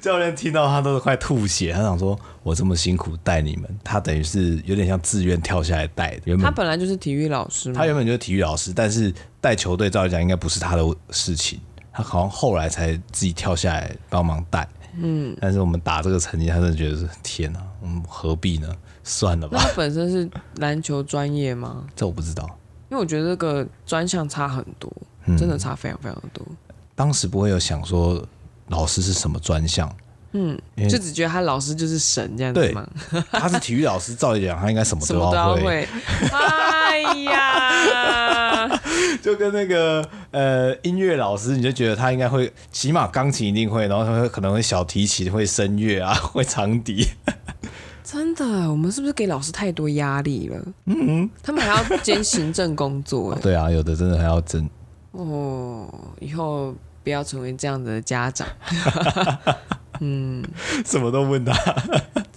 [SPEAKER 1] 教练听到他都快吐血，他想说：“我这么辛苦带你们，他等于是有点像自愿跳下来带的。原
[SPEAKER 2] 他
[SPEAKER 1] 本
[SPEAKER 2] 本来就是体育老师嘛
[SPEAKER 1] 他，原本就是体育老师，但是带球队照理讲应该不是他的事情，他好像后来才自己跳下来帮忙带。嗯，但是我们打这个成绩，他真的觉得是天哪、嗯，何必呢？算了
[SPEAKER 2] 那
[SPEAKER 1] 吧，
[SPEAKER 2] 他本身是篮球专业吗？
[SPEAKER 1] 这我不知道。
[SPEAKER 2] 因为我觉得这个专项差很多，
[SPEAKER 1] 嗯
[SPEAKER 2] 真的差非常非常多。
[SPEAKER 1] 当时不会有想说老师是什么专项，嗯
[SPEAKER 2] 就只觉得他老师就是神这样子
[SPEAKER 1] 对
[SPEAKER 2] 吗？
[SPEAKER 1] 他是体育老师，照理讲他应该什么
[SPEAKER 2] 什
[SPEAKER 1] 都
[SPEAKER 2] 么都
[SPEAKER 1] 要
[SPEAKER 2] 要
[SPEAKER 1] 会。
[SPEAKER 2] 会。哎呀，
[SPEAKER 1] 就跟那个呃音乐老师，你就觉得他应该会，起码钢琴一定会，然后他会可能会小提琴、会声乐啊， 会长笛。
[SPEAKER 2] 真的，我们是不是给老师太多压力了？嗯他们还要兼行政工作哎。
[SPEAKER 1] 对啊，有的真的还要真
[SPEAKER 2] 哦，以后不要成为这样的家长，
[SPEAKER 1] 什么都问他。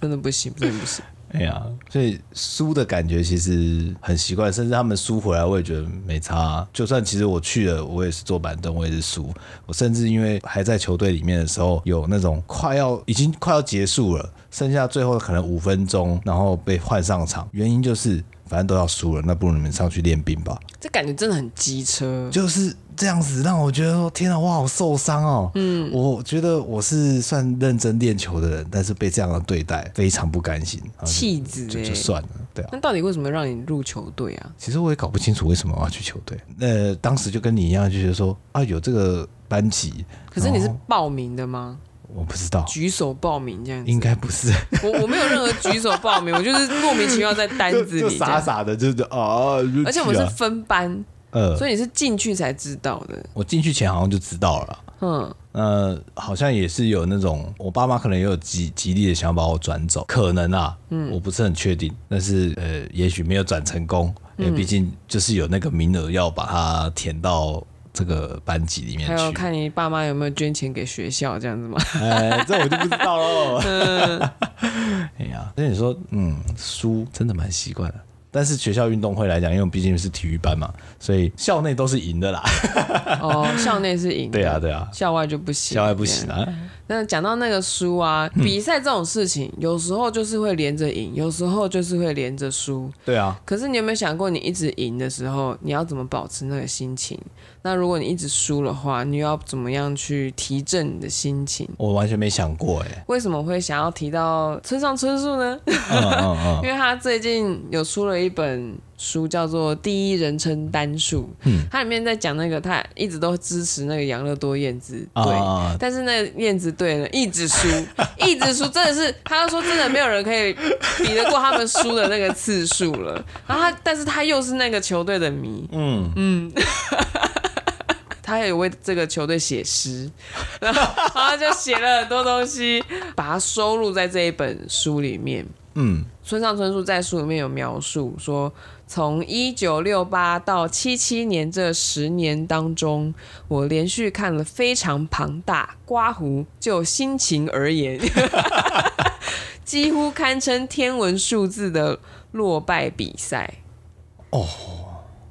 [SPEAKER 2] 真的不行，真的不行。
[SPEAKER 1] 哎呀，所以输的感觉其实很习惯，甚至他们输回来，我也觉得没差啊、就算其实我去了，我也是坐板凳，我也是输。我甚至因为还在球队里面的时候，有那种快要已经快要结束了，剩下最后可能五分钟，然后被换上场，原因就是反正都要输了，那不如你们上去练兵吧。
[SPEAKER 2] 这感觉真的很机车，
[SPEAKER 1] 就是这样子让我觉得说，天啊，我好受伤哦。嗯，我觉得我是算认真练球的人，但是被这样的对待，非常不甘心，啊然后就
[SPEAKER 2] 气质
[SPEAKER 1] 就
[SPEAKER 2] 哎
[SPEAKER 1] 就。算了，对啊。
[SPEAKER 2] 那到底为什么让你入球队啊？
[SPEAKER 1] 其实我也搞不清楚为什么我要去球队。呃，当时就跟你一样，就觉得说啊，有这个班级，
[SPEAKER 2] 可是你是
[SPEAKER 1] 然后
[SPEAKER 2] 报名的吗？
[SPEAKER 1] 我不知道，
[SPEAKER 2] 举手报名这样
[SPEAKER 1] 应
[SPEAKER 2] 子？
[SPEAKER 1] 该不是，
[SPEAKER 2] 我我没有任何举手报名，我就是莫名其妙在 单
[SPEAKER 1] 就
[SPEAKER 2] 子
[SPEAKER 1] 就
[SPEAKER 2] 里这
[SPEAKER 1] 傻
[SPEAKER 2] 样。
[SPEAKER 1] 傻的，就是哦，就去啊
[SPEAKER 2] 而且我们是分班，
[SPEAKER 1] 呃，
[SPEAKER 2] 所以你是进去才知道的。
[SPEAKER 1] 我进去前好像就知道了啦。
[SPEAKER 2] 嗯，
[SPEAKER 1] 呃，好像也是有那种，我爸妈可能也有极极力的想把我转走，可能啊，嗯，我不是很确定，但是呃，也许没有转成功，因为毕竟就是有那个名额要把它填到这个班级里面
[SPEAKER 2] 还有
[SPEAKER 1] 去，
[SPEAKER 2] 看你爸妈有没有捐钱给学校这 样子吗？
[SPEAKER 1] 哎，这我就不知道 喽。嗯哎呀，所以你说，嗯，输真的蛮习惯的。但是学校运动会来讲，因为我们毕竟是体育班嘛，所以校内都是赢的啦。
[SPEAKER 2] 哦，校内是赢的，
[SPEAKER 1] 对啊，对啊，
[SPEAKER 2] 校外就不行，
[SPEAKER 1] 校外不行。啊。嗯
[SPEAKER 2] 那讲到那个输啊，比赛这种事情，有时候就是会连着赢，有时候就是会连着输。
[SPEAKER 1] 对啊，
[SPEAKER 2] 可是你有没有想过，你一直赢的时候，你要怎么保持那个心情？那如果你一直输的话，你又要怎么样去提振你的心情？
[SPEAKER 1] 我完全没想过哎、
[SPEAKER 2] 为什么会想要提到村上春树呢？
[SPEAKER 1] 嗯嗯嗯。
[SPEAKER 2] 因为他最近有出了一本书，叫做《第一人称单数》，
[SPEAKER 1] 嗯
[SPEAKER 2] 它里面在讲那个他一直都支持那个养乐多燕子队，
[SPEAKER 1] 啊
[SPEAKER 2] 但是那个燕子队呢一直输， 一直输，真的是他说真的没有人可以比得过他们输的那个次数了。然后他，但是他又是那个球队的迷，
[SPEAKER 1] 嗯
[SPEAKER 2] 他也为这个球队写诗，然后然后他就写了很多东西，把它收录在这一本书里面。
[SPEAKER 1] 嗯
[SPEAKER 2] 村上春树在书里面有描述说，从一九六八到七七年这十年当中，我连续看了非常庞大刮胡，就心情而言， 几乎堪称天文数字的落败比赛。
[SPEAKER 1] 哦，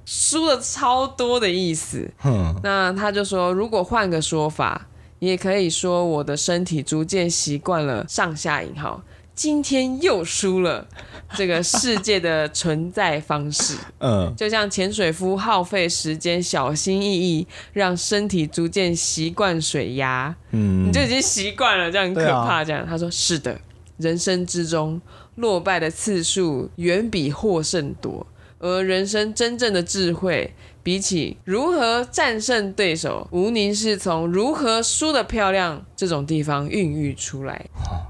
[SPEAKER 2] 输了超多的意思。
[SPEAKER 1] 哼，
[SPEAKER 2] 那他就说，如果换个说法，也可以说我的身体逐渐习惯了上下引号，今天又输了这个世界的存在方式，
[SPEAKER 1] 嗯，
[SPEAKER 2] 就像潜水夫耗费时间，小心翼翼，让身体逐渐习惯水压，
[SPEAKER 1] 嗯
[SPEAKER 2] 你就已经习惯了，这样很可
[SPEAKER 1] 对啊
[SPEAKER 2] 怕。这样，他说是的，人生之中落败的次数远比获胜多，而人生真正的智慧，比起如何战胜对手，无宁是从如何输得漂亮这种地方孕育出来。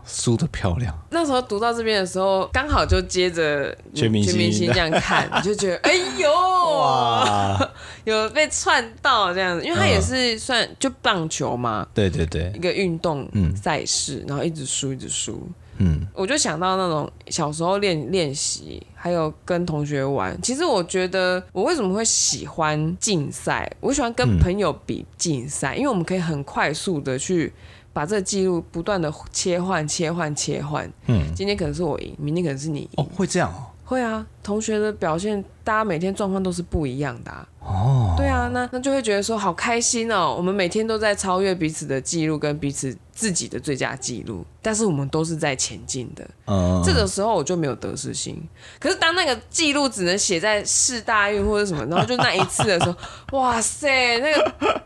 [SPEAKER 1] 输的漂亮，
[SPEAKER 2] 那时候读到这边的时候，刚好就接着嗯
[SPEAKER 1] 全明星
[SPEAKER 2] 全明星这样看，你就觉得哎呦，
[SPEAKER 1] 哇，
[SPEAKER 2] 有被串到这样子，因为他也是算就棒球嘛，
[SPEAKER 1] 对对对
[SPEAKER 2] 一，个运动
[SPEAKER 1] 嗯
[SPEAKER 2] 赛事，然后一直输一直输，
[SPEAKER 1] 嗯，
[SPEAKER 2] 我就想到那种小时候练练习，还有跟同学玩。其实我觉得我为什么会喜欢竞赛，我喜欢跟朋友比竞赛，因为我们可以很快速的去把这个记录不断的切换、切换、切换。
[SPEAKER 1] 嗯，
[SPEAKER 2] 今天可能是我赢，明天可能是你赢。
[SPEAKER 1] 哦，会这样哦。
[SPEAKER 2] 会啊，同学的表现，大家每天状况都是不一样的、啊。
[SPEAKER 1] 哦，
[SPEAKER 2] 对啊，那那就会觉得说好开心哦，我们每天都在超越彼此的记录跟彼此自己的最佳记录，但是我们都是在前进的。
[SPEAKER 1] 嗯，
[SPEAKER 2] 这个时候我就没有得失心。可是当那个记录只能写在市大运或者什么，然后就那一次的时候， 哇塞，那个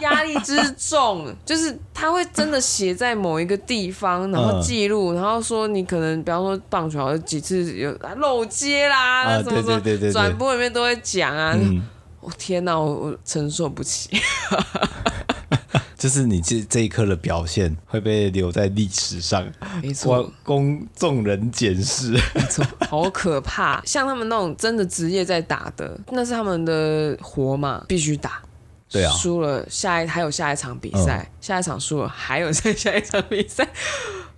[SPEAKER 2] 压力之重，就是他会真的写在某一个地方，然后
[SPEAKER 1] 嗯
[SPEAKER 2] 记录，然后说你可能，比方说棒球有几次有啊漏接啦，
[SPEAKER 1] 啊
[SPEAKER 2] 那什么什
[SPEAKER 1] 对对对对对
[SPEAKER 2] 么转播里面都会讲啊。
[SPEAKER 1] 嗯，
[SPEAKER 2] 我天哪，我我承受不起。
[SPEAKER 1] 就是你这这一刻的表现会被留在历史上，
[SPEAKER 2] 没错
[SPEAKER 1] 我，供众人检视。
[SPEAKER 2] 没错， 好可怕。像他们那种真的职业在打的，那是他们的活嘛，必须打。
[SPEAKER 1] 对啊嗯
[SPEAKER 2] 输了下一还有下一场比赛，下一场输了还有再下一场比赛。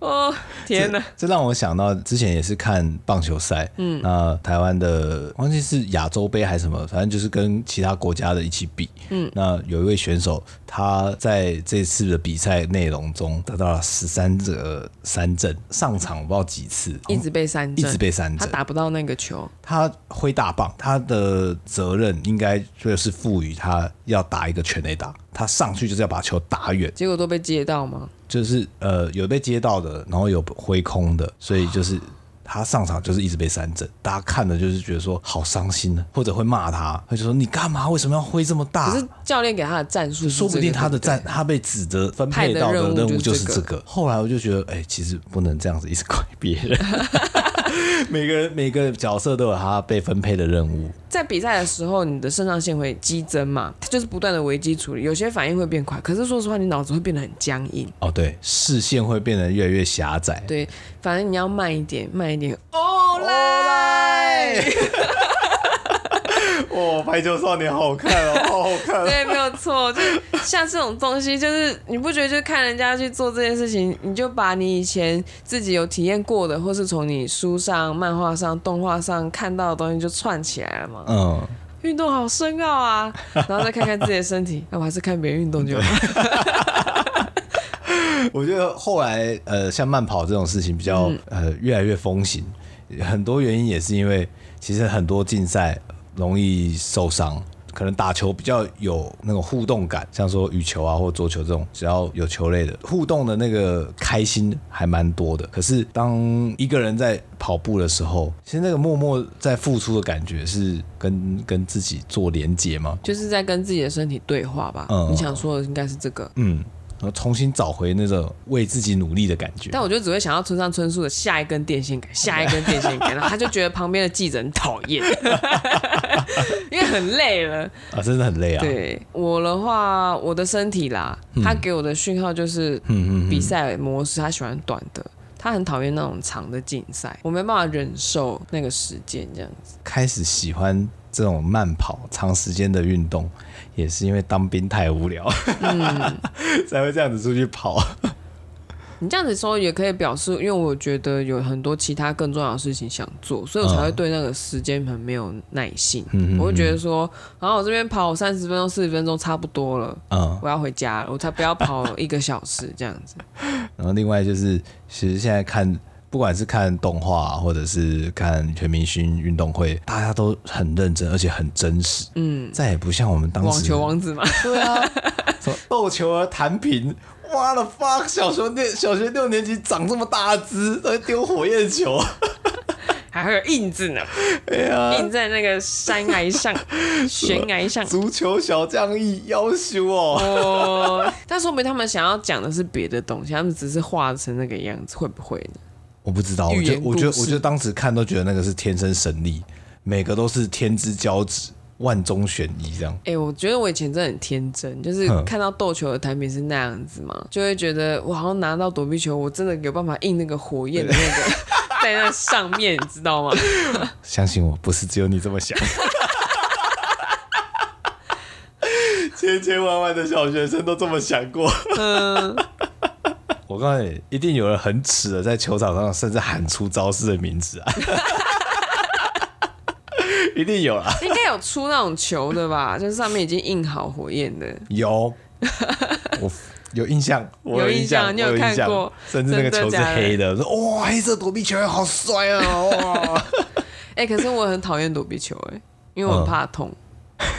[SPEAKER 2] 哦，天哪！
[SPEAKER 1] 这让我想到之前也是看棒球赛，嗯，那台湾的忘记是亚洲杯还是什么，反正就是跟其他国家的一起比，嗯，那有一位选手他在这次的比赛内容中得到了十三折三振，上场我不知道几次，哦
[SPEAKER 2] 一直被三
[SPEAKER 1] 一
[SPEAKER 2] 振，
[SPEAKER 1] 直被三
[SPEAKER 2] 他
[SPEAKER 1] 振，
[SPEAKER 2] 打不到那个球。
[SPEAKER 1] 他挥大棒，他的责任应该就是赋予他要打一个全垒打，他上去就是要把球打远，
[SPEAKER 2] 结果都被接到吗？
[SPEAKER 1] 就是呃有被接到的，然后有挥空的，所以就是他上场就是一直被三振，大家看的就是觉得说好伤心呢，或者会骂他，他就说你干嘛为什么要挥这么大？
[SPEAKER 2] 可是教练给他的战术是
[SPEAKER 1] 啊说不定
[SPEAKER 2] 这个
[SPEAKER 1] 他的
[SPEAKER 2] 对
[SPEAKER 1] 战
[SPEAKER 2] 对，
[SPEAKER 1] 他被指责分配到的任务就是这
[SPEAKER 2] 派的任务就是这
[SPEAKER 1] 个。后来我就觉得，哎、其实不能这样子一直怪别 人。每个人每个角色都有他被分配的任务，
[SPEAKER 2] 在比赛的时候，你的肾上腺会激增嘛，它就是不断的危机处理，有些反应会变快，可是说实话，你脑子会变得很僵硬。
[SPEAKER 1] 哦，对，视线会变得越来越狭窄。
[SPEAKER 2] 对，反正你要慢一点，慢一点。哦来，
[SPEAKER 1] 哇，《排球少年》好看哦，好好 看
[SPEAKER 2] 对，没有错，就是像这种东西，就是你不觉得，就是看人家去做这件事情，你就把你以前自己有体验过的，或是从你书上、漫画上、动画上看到的东西，就串起来了嘛。
[SPEAKER 1] 嗯，
[SPEAKER 2] 运动好深奥啊，然后再看看自己的身体，哎那、我还是看别人运动就好。
[SPEAKER 1] 我觉得后来呃，像慢跑这种事情比较、
[SPEAKER 2] 嗯
[SPEAKER 1] 呃越来越风行，很多原因也是因为其实很多竞赛容易受伤。可能打球比较有那种互动感，像说羽球啊或桌球这种，只要有球类的互动的那个开心还蛮多的。可是当一个人在跑步的时候，其实那个默默在付出的感觉是跟跟自己做连接嘛，
[SPEAKER 2] 就是在跟自己的身体对话吧。
[SPEAKER 1] 嗯
[SPEAKER 2] 你想说的应该是这个，
[SPEAKER 1] 嗯，然后重新找回那种为自己努力的感觉。
[SPEAKER 2] 但我就只会想到村上春树的下一根电线杆，下一根电线杆，然后他就觉得旁边的记者很讨厌， 因为很累了。
[SPEAKER 1] 啊，真的很累啊。
[SPEAKER 2] 对我的话，我的身体啦，他给我的讯号就是
[SPEAKER 1] 嗯嗯，嗯嗯
[SPEAKER 2] 比赛模式，他喜欢短的。他很讨厌那种长的竞赛，我没办法忍受那个时间这样子。
[SPEAKER 1] 开始喜欢这种慢跑、长时间的运动，也是因为当兵太无聊，
[SPEAKER 2] 嗯
[SPEAKER 1] 才会这样子出去跑。
[SPEAKER 2] 你这样子说也可以表示，因为我觉得有很多其他更重要的事情想做，所以我才会对那个时间很没有耐性。
[SPEAKER 1] 嗯嗯嗯
[SPEAKER 2] 我会觉得说，然后我这边跑三十分钟、四十分钟差不多了，
[SPEAKER 1] 嗯，
[SPEAKER 2] 我要回家了，我才不要跑一个小时这样子。
[SPEAKER 1] 然后另外就是，其实现在看，不管是看动画、或者是看全明星运动会，大家都很认真，而且很真实。嗯，再也不像我们当时
[SPEAKER 2] 网球王子嘛，
[SPEAKER 1] 对啊， 什么斗球儿弹屏。哇了 fuck！小学六小学六年级长这么大只，在丢火焰球。
[SPEAKER 2] 还会有印子呢，
[SPEAKER 1] 哎呀，
[SPEAKER 2] 印在那个山崖 上、悬崖上。
[SPEAKER 1] 足球小将一要求哦。
[SPEAKER 2] 哦，但说明他们想要讲的是别的东西，他们只是画成那个样子，会不会呢？
[SPEAKER 1] 我不知道，我
[SPEAKER 2] 寓
[SPEAKER 1] 觉得
[SPEAKER 2] 言
[SPEAKER 1] 我觉得
[SPEAKER 2] 故事
[SPEAKER 1] 我觉得当时看都觉得那个是天生神力，每个都是天之骄子，万中选一这样。
[SPEAKER 2] 哎、我觉得我以前真的很天真，就是
[SPEAKER 1] 哼
[SPEAKER 2] 看到斗球的弹屏是那样子嘛，就会觉得我好像拿到躲避球，我真的有办法印那个火焰的那个在那上面，你知道吗？
[SPEAKER 1] 相信我，不是只有你这么想。千千万万的小学生都这么想过。嗯，我告诉你，一定有人很耻的在球场上，甚至喊出招式的名字 啊，一定有啦，
[SPEAKER 2] 应该有出那种球的吧？就是上面已经印好火焰的，
[SPEAKER 1] 有，我有印象，我
[SPEAKER 2] 有印
[SPEAKER 1] 印
[SPEAKER 2] 象
[SPEAKER 1] 象，
[SPEAKER 2] 你有
[SPEAKER 1] 我印
[SPEAKER 2] 看
[SPEAKER 1] 象
[SPEAKER 2] 过
[SPEAKER 1] 甚至那个
[SPEAKER 2] 真的
[SPEAKER 1] 球是
[SPEAKER 2] 假的
[SPEAKER 1] 黑的，说哇、黑色躲避球员好帅啊， 哇，
[SPEAKER 2] 哎、可是我很讨厌躲避球、哎，因为我很怕痛。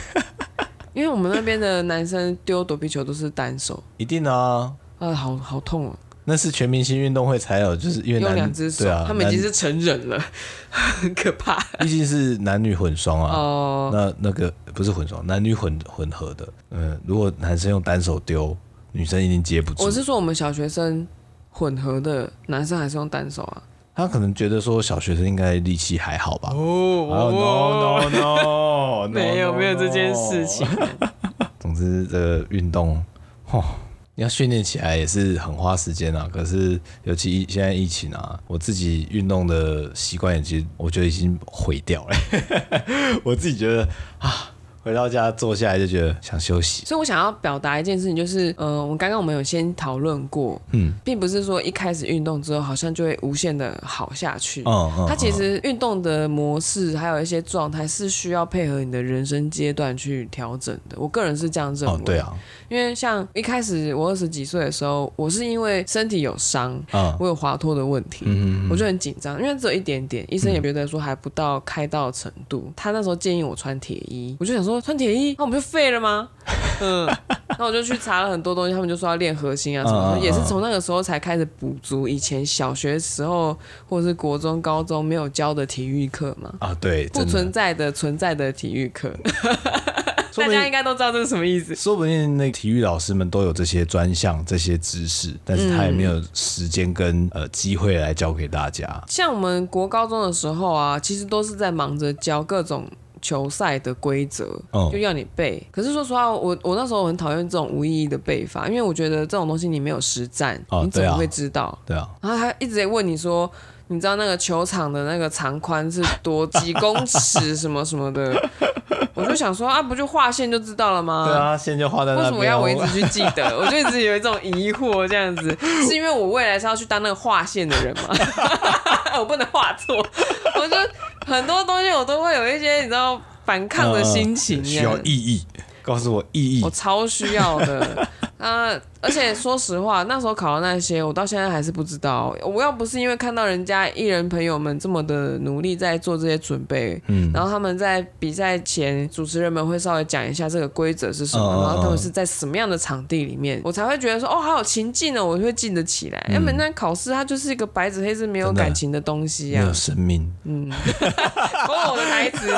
[SPEAKER 2] 因为我们那边的男生丢躲避球都是单手，
[SPEAKER 1] 一定啊。
[SPEAKER 2] 啊，好好痛哦、
[SPEAKER 1] 那是全明星运动会才有，就是因为
[SPEAKER 2] 用
[SPEAKER 1] 男
[SPEAKER 2] 两只手，
[SPEAKER 1] 对啊，
[SPEAKER 2] 他们已
[SPEAKER 1] 男
[SPEAKER 2] 经是成人了， 很可怕。
[SPEAKER 1] 毕竟是男女混双啊，
[SPEAKER 2] 哦、
[SPEAKER 1] 那那个不是混双，男女混混合的。嗯，如果男生用单手丢，女生一定接不住
[SPEAKER 2] 我。是说我们小学生混合的男生还是用单手啊？
[SPEAKER 1] 他可能觉得说小学生应该力气还好吧。
[SPEAKER 2] 哦、
[SPEAKER 1] 哦 no no no，
[SPEAKER 2] 没有没有这件事情。。
[SPEAKER 1] 总之，这个运动，哦，你要训练起来也是很花时间啊。可是，尤其疫现在疫情啊，我自己运动的习惯已经，我觉得已经毁掉了。 我自己觉得啊，回到家坐下来就觉得想休息。
[SPEAKER 2] 所以我想要表达一件事情，就是，呃，我们刚刚我们有先讨论过，
[SPEAKER 1] 嗯，
[SPEAKER 2] 并不是说一开始运动之后好像就会无限的好下去。
[SPEAKER 1] 嗯嗯，
[SPEAKER 2] 它其实运动的模式还有一些状态是需要配合你的人生阶段去调整的。我个人是这样
[SPEAKER 1] 嗯
[SPEAKER 2] 认为。
[SPEAKER 1] 哦，对，啊，
[SPEAKER 2] 因为像一开始我二十几岁的时候，我是因为身体有伤，
[SPEAKER 1] 嗯
[SPEAKER 2] 我有滑脱的问题，
[SPEAKER 1] 嗯
[SPEAKER 2] 我就很紧张，因为只有一点点，医生也觉得说还不到开刀的程度。他那时候建议我穿铁衣，我就想说穿铁衣，那我们就废了吗？嗯，那我就去查了很多东西，他们就说要练核心啊什么
[SPEAKER 1] 嗯嗯嗯
[SPEAKER 2] 的，也是从那个时候才开始补足以前小学时候或者是国中、高中没有教的体育课嘛。
[SPEAKER 1] 啊，对，
[SPEAKER 2] 不
[SPEAKER 1] 真的
[SPEAKER 2] 存在的存在的体育课，
[SPEAKER 1] 说
[SPEAKER 2] 大
[SPEAKER 1] 不
[SPEAKER 2] 家应
[SPEAKER 1] 定
[SPEAKER 2] 该都知道这是什么意思。
[SPEAKER 1] 说不定那体育老师们都有这些专项、这些知识，但是他也没有时间
[SPEAKER 2] 嗯
[SPEAKER 1] 跟呃机会来教给大家。
[SPEAKER 2] 像我们国高中的时候啊，其实都是在忙着教各种球赛的规则，
[SPEAKER 1] 嗯
[SPEAKER 2] 就要你背。可是说实话，我我那时候很讨厌这种无意义的背法，因为我觉得这种东西你没有实战，
[SPEAKER 1] 哦
[SPEAKER 2] 你怎
[SPEAKER 1] 对
[SPEAKER 2] 么
[SPEAKER 1] 啊
[SPEAKER 2] 会知道？
[SPEAKER 1] 对啊，
[SPEAKER 2] 然后他一直在问你说。你知道那个球场的那个长宽是多几公尺什么什么的， 我就想说啊，不就划线就知道了吗？
[SPEAKER 1] 对啊，现在就画在
[SPEAKER 2] 为
[SPEAKER 1] 那
[SPEAKER 2] 什么
[SPEAKER 1] 边
[SPEAKER 2] 要
[SPEAKER 1] 啊。
[SPEAKER 2] 我一直去记 得？我就一直有一种疑惑，这样子是因为我未来是要去当那个画线的人吗？ 我不能画错，我就很多东西我都会有一些你知道反抗的心情、啊
[SPEAKER 1] 嗯
[SPEAKER 2] 哦这
[SPEAKER 1] 需
[SPEAKER 2] 样
[SPEAKER 1] 要意义，告诉我意义
[SPEAKER 2] 我。超需要的。呃，而且说实话，那时候考的那些，我到现在还是不知道。我要不是因为看到人家艺人朋友们这么的努力在做这些准备，
[SPEAKER 1] 嗯
[SPEAKER 2] 然后他们在比赛前，主持人们会稍微讲一下这个规则是什么，
[SPEAKER 1] 嗯嗯嗯
[SPEAKER 2] 然后他们是在什么样的场地里面，我才会觉得说哦，好有情境哦，我会记得起来。要不然那考试它就是一个白纸黑字没
[SPEAKER 1] 嗯
[SPEAKER 2] 有
[SPEAKER 1] 真的
[SPEAKER 2] 感情的东西
[SPEAKER 1] 没
[SPEAKER 2] 呀、
[SPEAKER 1] 有生命。
[SPEAKER 2] 啊。哦，我的台词，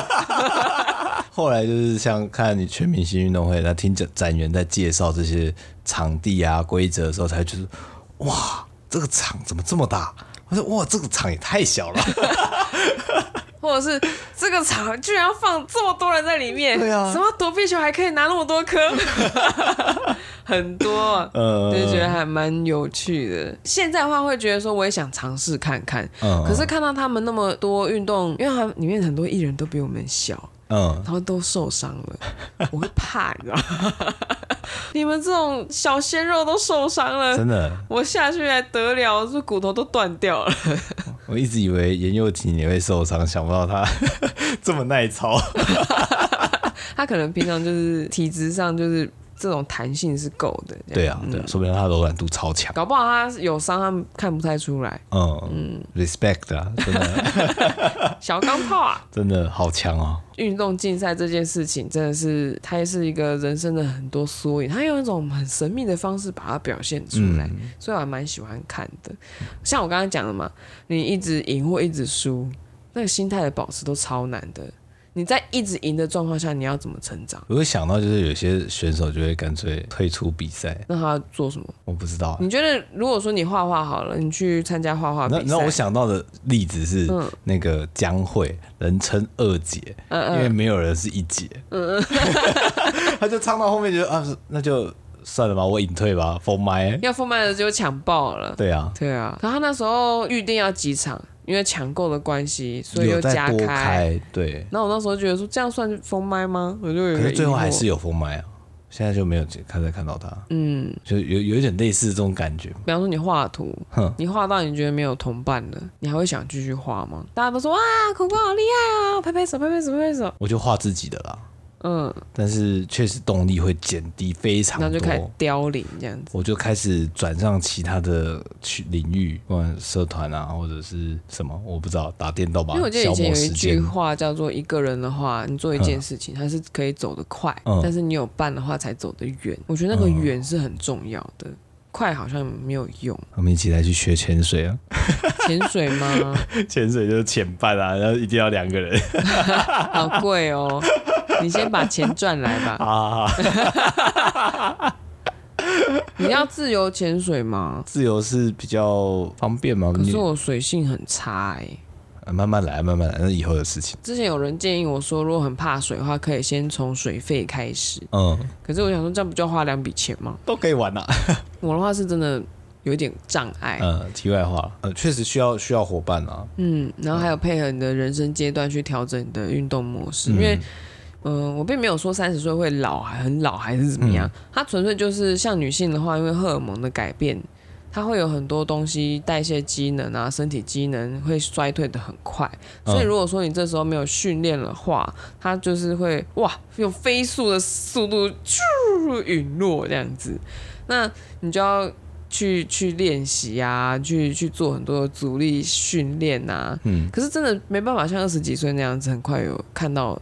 [SPEAKER 1] 后来就是像看你全明星运动会，那听展展员在介绍这些场地啊规则的时候，才觉得哇，这个场怎么这么大？我说哇，这个场也太小了。
[SPEAKER 2] 或者是这个场居然要放这么多人在里面，
[SPEAKER 1] 对啊
[SPEAKER 2] 什么躲避球还可以拿那么多颗， 很多，
[SPEAKER 1] 呃，
[SPEAKER 2] 就觉得还蛮有趣的。现在的话会觉得说我也想尝试看看，
[SPEAKER 1] 嗯，
[SPEAKER 2] 可是看到他们那么多运动，因为他们里面很多艺人都比我们小，
[SPEAKER 1] 嗯，
[SPEAKER 2] 然后都受伤了， 我会怕，你知道吗？你们这种小鲜肉都受伤了。
[SPEAKER 1] 嗯真的，
[SPEAKER 2] 我下去还得了？是骨头都断掉了。
[SPEAKER 1] 我一直以为严幼婷也会受伤，想不到她 这么耐操。
[SPEAKER 2] 他可能平常就是体质上就是这种弹性是够的。这样
[SPEAKER 1] 对啊，对啊，说不定她柔软度超强。
[SPEAKER 2] 搞不好他有伤，他们看不太出来。
[SPEAKER 1] 嗯，respect 啊，真的
[SPEAKER 2] 小钢炮啊，
[SPEAKER 1] 真的好强哦。
[SPEAKER 2] 运动竞赛这件事情真的是，它也是一个人生的很多缩影，它用一种很神秘的方式把它表现出来，
[SPEAKER 1] 嗯
[SPEAKER 2] 所以我还蛮喜欢看的。像我刚刚讲的嘛，你一直赢或一直输，那个心态的保持都超难的。你在一直赢的状况下，你要怎么成长？
[SPEAKER 1] 我会想到就是有些选手就会干脆退出比赛，
[SPEAKER 2] 那他要做什么？
[SPEAKER 1] 我不知道啊。
[SPEAKER 2] 你觉得，如果说你画画好了，你去参加画画比
[SPEAKER 1] 那
[SPEAKER 2] 赛，
[SPEAKER 1] 那我想到的例子是
[SPEAKER 2] 嗯
[SPEAKER 1] 那个江蕙，人称二姐，
[SPEAKER 2] 嗯嗯
[SPEAKER 1] 因为没有人是一姐， 他就唱到后面觉得啊，那就算了吧，我隐退吧，封麦。
[SPEAKER 2] 要封麦的就抢爆了。
[SPEAKER 1] 对啊，
[SPEAKER 2] 对啊，可他那时候预定要几场，因为抢购的关系，所以又
[SPEAKER 1] 有
[SPEAKER 2] 加
[SPEAKER 1] 再多
[SPEAKER 2] 开。
[SPEAKER 1] 开，对，
[SPEAKER 2] 然后我那时候觉得说，这样算封麦吗？我就有
[SPEAKER 1] 可
[SPEAKER 2] 个
[SPEAKER 1] 是最后
[SPEAKER 2] 疑惑
[SPEAKER 1] 还是有封麦啊。现在就没有看再看到他，嗯，就有有一点类似这种感觉。
[SPEAKER 2] 比方说你画图
[SPEAKER 1] 哼，
[SPEAKER 2] 你画到你觉得没有同伴了，你还会想继续画吗？大家都说哇，苦瓜好厉害啊，拍拍手，拍拍手，拍拍手，
[SPEAKER 1] 我就画自己的啦，
[SPEAKER 2] 嗯，
[SPEAKER 1] 但是确实动力会减低非常
[SPEAKER 2] 然后就开始
[SPEAKER 1] 多。
[SPEAKER 2] 凋零这样子。
[SPEAKER 1] 我就开始转向其他的去领域，不管社团啊，或者是什么，我不知道打电动吧
[SPEAKER 2] 因为我，记得
[SPEAKER 1] 消
[SPEAKER 2] 以前
[SPEAKER 1] 磨
[SPEAKER 2] 有一
[SPEAKER 1] 时
[SPEAKER 2] 句
[SPEAKER 1] 间。
[SPEAKER 2] 话叫做“一个人的话，你做一件事情，它是可以走得快，
[SPEAKER 1] 嗯
[SPEAKER 2] 但是你有伴的话才走得远。”我觉得那个
[SPEAKER 1] 嗯
[SPEAKER 2] 远是很重要的，快好像没有用。
[SPEAKER 1] 我们一起来去学潜水啊，
[SPEAKER 2] 潜水吗？
[SPEAKER 1] 潜水就是潜伴啊，然后一定要两个人
[SPEAKER 2] 好贵哦，你先把钱赚来吧。
[SPEAKER 1] 啊。
[SPEAKER 2] 你要自由潜水吗？
[SPEAKER 1] 自由是比较方便嘛，
[SPEAKER 2] 可
[SPEAKER 1] 你
[SPEAKER 2] 是我水性很差哎、
[SPEAKER 1] 啊慢慢来，慢慢来，那是以后的事情。
[SPEAKER 2] 之前有人建议我说，如果很怕水的话，可以先从水费开始。
[SPEAKER 1] 嗯，
[SPEAKER 2] 可是我想说，这样不就要花两笔钱吗？
[SPEAKER 1] 都可以玩啦、啊
[SPEAKER 2] 我的话是真的有一点障碍。
[SPEAKER 1] 呃，题外话，呃，确实需要需要伙伴啊。
[SPEAKER 2] 嗯，然后还有配合你的人生阶段去调整你的运动模式，因为，嗯、我并没有说三十岁会老，还很老还是怎么样，它纯粹就是像女性的话，因为荷尔蒙的改变，它会有很多东西代谢机能啊、身体机能会衰退的很快，
[SPEAKER 1] 嗯
[SPEAKER 2] 所以如果说你这时候没有训练的话，它就是会哇用飞速的速度咻陨落这样子，那你就要。去去练习啊，去去做很多的阻力训练啊，
[SPEAKER 1] 嗯，
[SPEAKER 2] 可是真的没办法像二十几岁那样子，很快有看到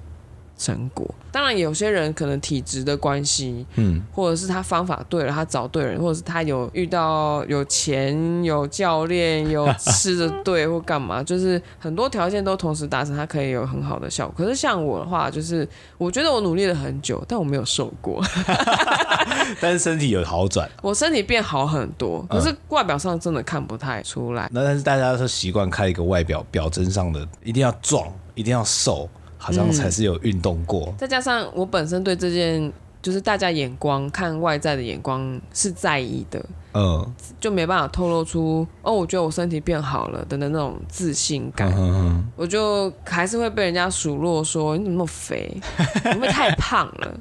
[SPEAKER 2] 成果。当然，有些人可能体质的关系，
[SPEAKER 1] 嗯，
[SPEAKER 2] 或者是他方法对了，他找对人，或者是他有遇到有钱、有教练、有吃的对或干嘛， 就是很多条件都同时达成，他可以有很好的效果。可是像我的话，就是我觉得我努力了很久，但我没有瘦过，
[SPEAKER 1] 但是身体有好转，
[SPEAKER 2] 我身体变好很多，可是外表上真的看不太出来。
[SPEAKER 1] 那但是大家都习惯看一个外表表征上的，一定要壮，一定要瘦，好像才是有运动过。
[SPEAKER 2] 再加上我本身对这件，就是大家眼光看外在的眼光是在意的，
[SPEAKER 1] 嗯，
[SPEAKER 2] 就没办法透露出哦，我觉得我身体变好了等等那种自信感，
[SPEAKER 1] 嗯嗯
[SPEAKER 2] 我就还是会被人家数落说你怎么那 么肥，你会不会太胖了？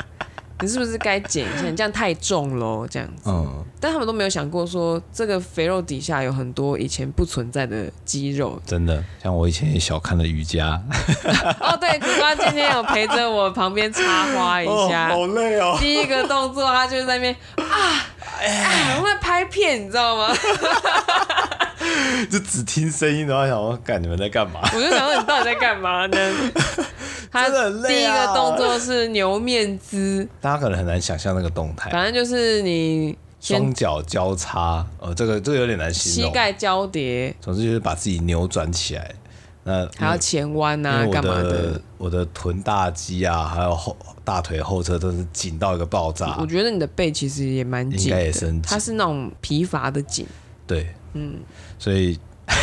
[SPEAKER 2] 你是不是该减一下？你这样太重喽，这样子。
[SPEAKER 1] 嗯，
[SPEAKER 2] 但他们都没有想过说，这个肥肉底下有很多以前不存在的肌肉。
[SPEAKER 1] 真的，像我以前也小看了瑜 伽，
[SPEAKER 2] 哦，对，苦瓜今天有陪着我旁边插花一下，
[SPEAKER 1] 累 哦。
[SPEAKER 2] 第一个动作，他就在那边啊，哎，会拍片，你知道吗？
[SPEAKER 1] 就只听声音的话，想说干你们在干嘛？
[SPEAKER 2] 我就想说你到底在干嘛呢？ 他
[SPEAKER 1] 真的很
[SPEAKER 2] 第
[SPEAKER 1] 累
[SPEAKER 2] 一
[SPEAKER 1] 啊
[SPEAKER 2] 个动作是牛面姿，
[SPEAKER 1] 大家可能很难想象那个动态，
[SPEAKER 2] 反正就是你先
[SPEAKER 1] 双哦脚交叉，呃，这个这个有点难形
[SPEAKER 2] 膝
[SPEAKER 1] 容。
[SPEAKER 2] 盖交叠，
[SPEAKER 1] 总之就是把自己扭转起来。那
[SPEAKER 2] 还要前弯
[SPEAKER 1] 因，
[SPEAKER 2] 啊
[SPEAKER 1] 为我
[SPEAKER 2] 干嘛
[SPEAKER 1] 的
[SPEAKER 2] 的？
[SPEAKER 1] 我的臀大肌啊，还有后大腿后侧都是紧到一个爆炸
[SPEAKER 2] 我。觉得你的背其实也蛮紧
[SPEAKER 1] 啊应该也
[SPEAKER 2] 的
[SPEAKER 1] 是很紧，
[SPEAKER 2] 它是那种疲乏的紧，
[SPEAKER 1] 对，嗯，所以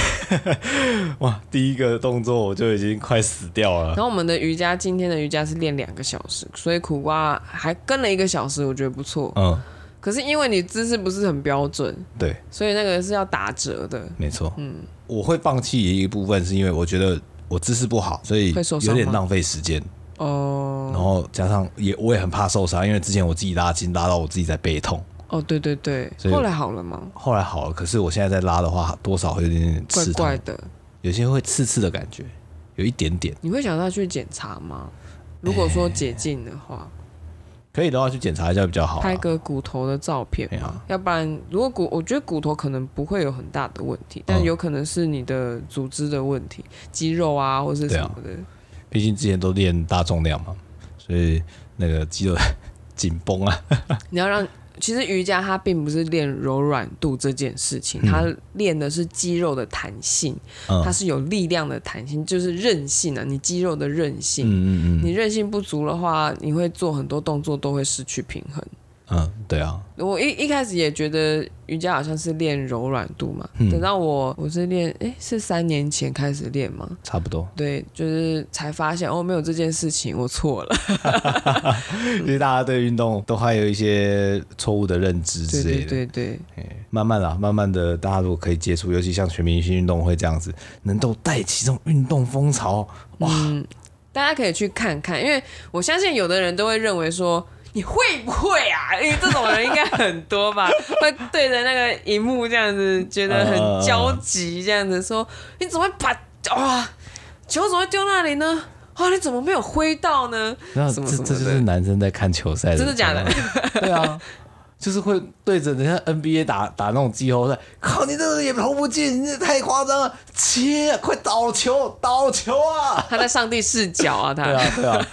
[SPEAKER 1] 哇，第一个动作我就已经快死掉了
[SPEAKER 2] 然。后我们的瑜伽，今天的瑜伽是练两个小时，所以苦瓜还跟了一个小时，我觉得不错。
[SPEAKER 1] 嗯，
[SPEAKER 2] 可是因为你姿势不是很标准，
[SPEAKER 1] 对，
[SPEAKER 2] 所以那个是要打折的。
[SPEAKER 1] 没错。嗯，我会放弃一部分是因为我觉得我姿势不好，所以
[SPEAKER 2] 会受伤
[SPEAKER 1] 有点
[SPEAKER 2] 吗
[SPEAKER 1] 浪费时间。
[SPEAKER 2] 哦
[SPEAKER 1] 然后加上也我也很怕受伤，因为之前我自己拉筋拉到我自己在背痛。
[SPEAKER 2] 哦，对对对，
[SPEAKER 1] 所以
[SPEAKER 2] 后来好了吗？
[SPEAKER 1] 后来好了，可是我现在在拉的话，多少会有点点
[SPEAKER 2] 怪
[SPEAKER 1] 刺痛，
[SPEAKER 2] 怪的，
[SPEAKER 1] 有些会刺刺的感觉，有一点点。
[SPEAKER 2] 你会想要去检查吗？如果说解禁的话，
[SPEAKER 1] 可以的话去检查一下比较好、啊。
[SPEAKER 2] 拍个骨头的照片
[SPEAKER 1] 哎
[SPEAKER 2] 嘛
[SPEAKER 1] 呀，
[SPEAKER 2] 要不然如果骨，我觉得骨头可能不会有很大的问题，但
[SPEAKER 1] 嗯
[SPEAKER 2] 有可能是你的组织的问题，肌肉啊或是什么的。
[SPEAKER 1] 毕竟之前都练大重量嘛，所以那个肌肉 紧绷啊。
[SPEAKER 2] 你要让，其实瑜伽它并不是练柔软度这件事情，
[SPEAKER 1] 嗯
[SPEAKER 2] 它练的是肌肉的弹性，
[SPEAKER 1] 嗯
[SPEAKER 2] 它是有力量的弹性，就是韧性啊，你肌肉的韧性。
[SPEAKER 1] 嗯嗯嗯
[SPEAKER 2] 你韧性不足的话，你会做很多动作都会失去平衡。
[SPEAKER 1] 嗯，对啊，
[SPEAKER 2] 我一一开始也觉得瑜伽好像是练柔软度嘛，
[SPEAKER 1] 嗯
[SPEAKER 2] 等到我我是练诶，是三年前开始练嘛，
[SPEAKER 1] 差不多。
[SPEAKER 2] 对，就是才发现哦没有这件事情，我 错了，
[SPEAKER 1] 其实大家对运动都还有一些错误的认知之
[SPEAKER 2] 对
[SPEAKER 1] 类
[SPEAKER 2] 对
[SPEAKER 1] 的。
[SPEAKER 2] 对对，
[SPEAKER 1] 哎慢慢啦，慢慢的，大家如果可以接触，尤其像全明星运动会这样子，能够带起这种运动风潮，哇，
[SPEAKER 2] 大家可以去看看，因为我相信有的人都会认为说你会不会啊？因为这种人应该很多 吧，会对着那个荧幕这样子，觉得很焦急，这样子说，你怎么会把哇球怎么会丢那里呢？啊，你怎么没有挥到呢？
[SPEAKER 1] 那
[SPEAKER 2] 什
[SPEAKER 1] 这
[SPEAKER 2] 么什
[SPEAKER 1] 这
[SPEAKER 2] 么
[SPEAKER 1] 就
[SPEAKER 2] 的
[SPEAKER 1] 是男生在看球赛，
[SPEAKER 2] 真的假的？
[SPEAKER 1] 对啊，就是会对着人家 NBA 打打那种季后赛，靠，你这个也投不进，你这太夸张了，切，快倒球，倒球啊！
[SPEAKER 2] 他在上帝视角啊，他。
[SPEAKER 1] 对啊，对啊，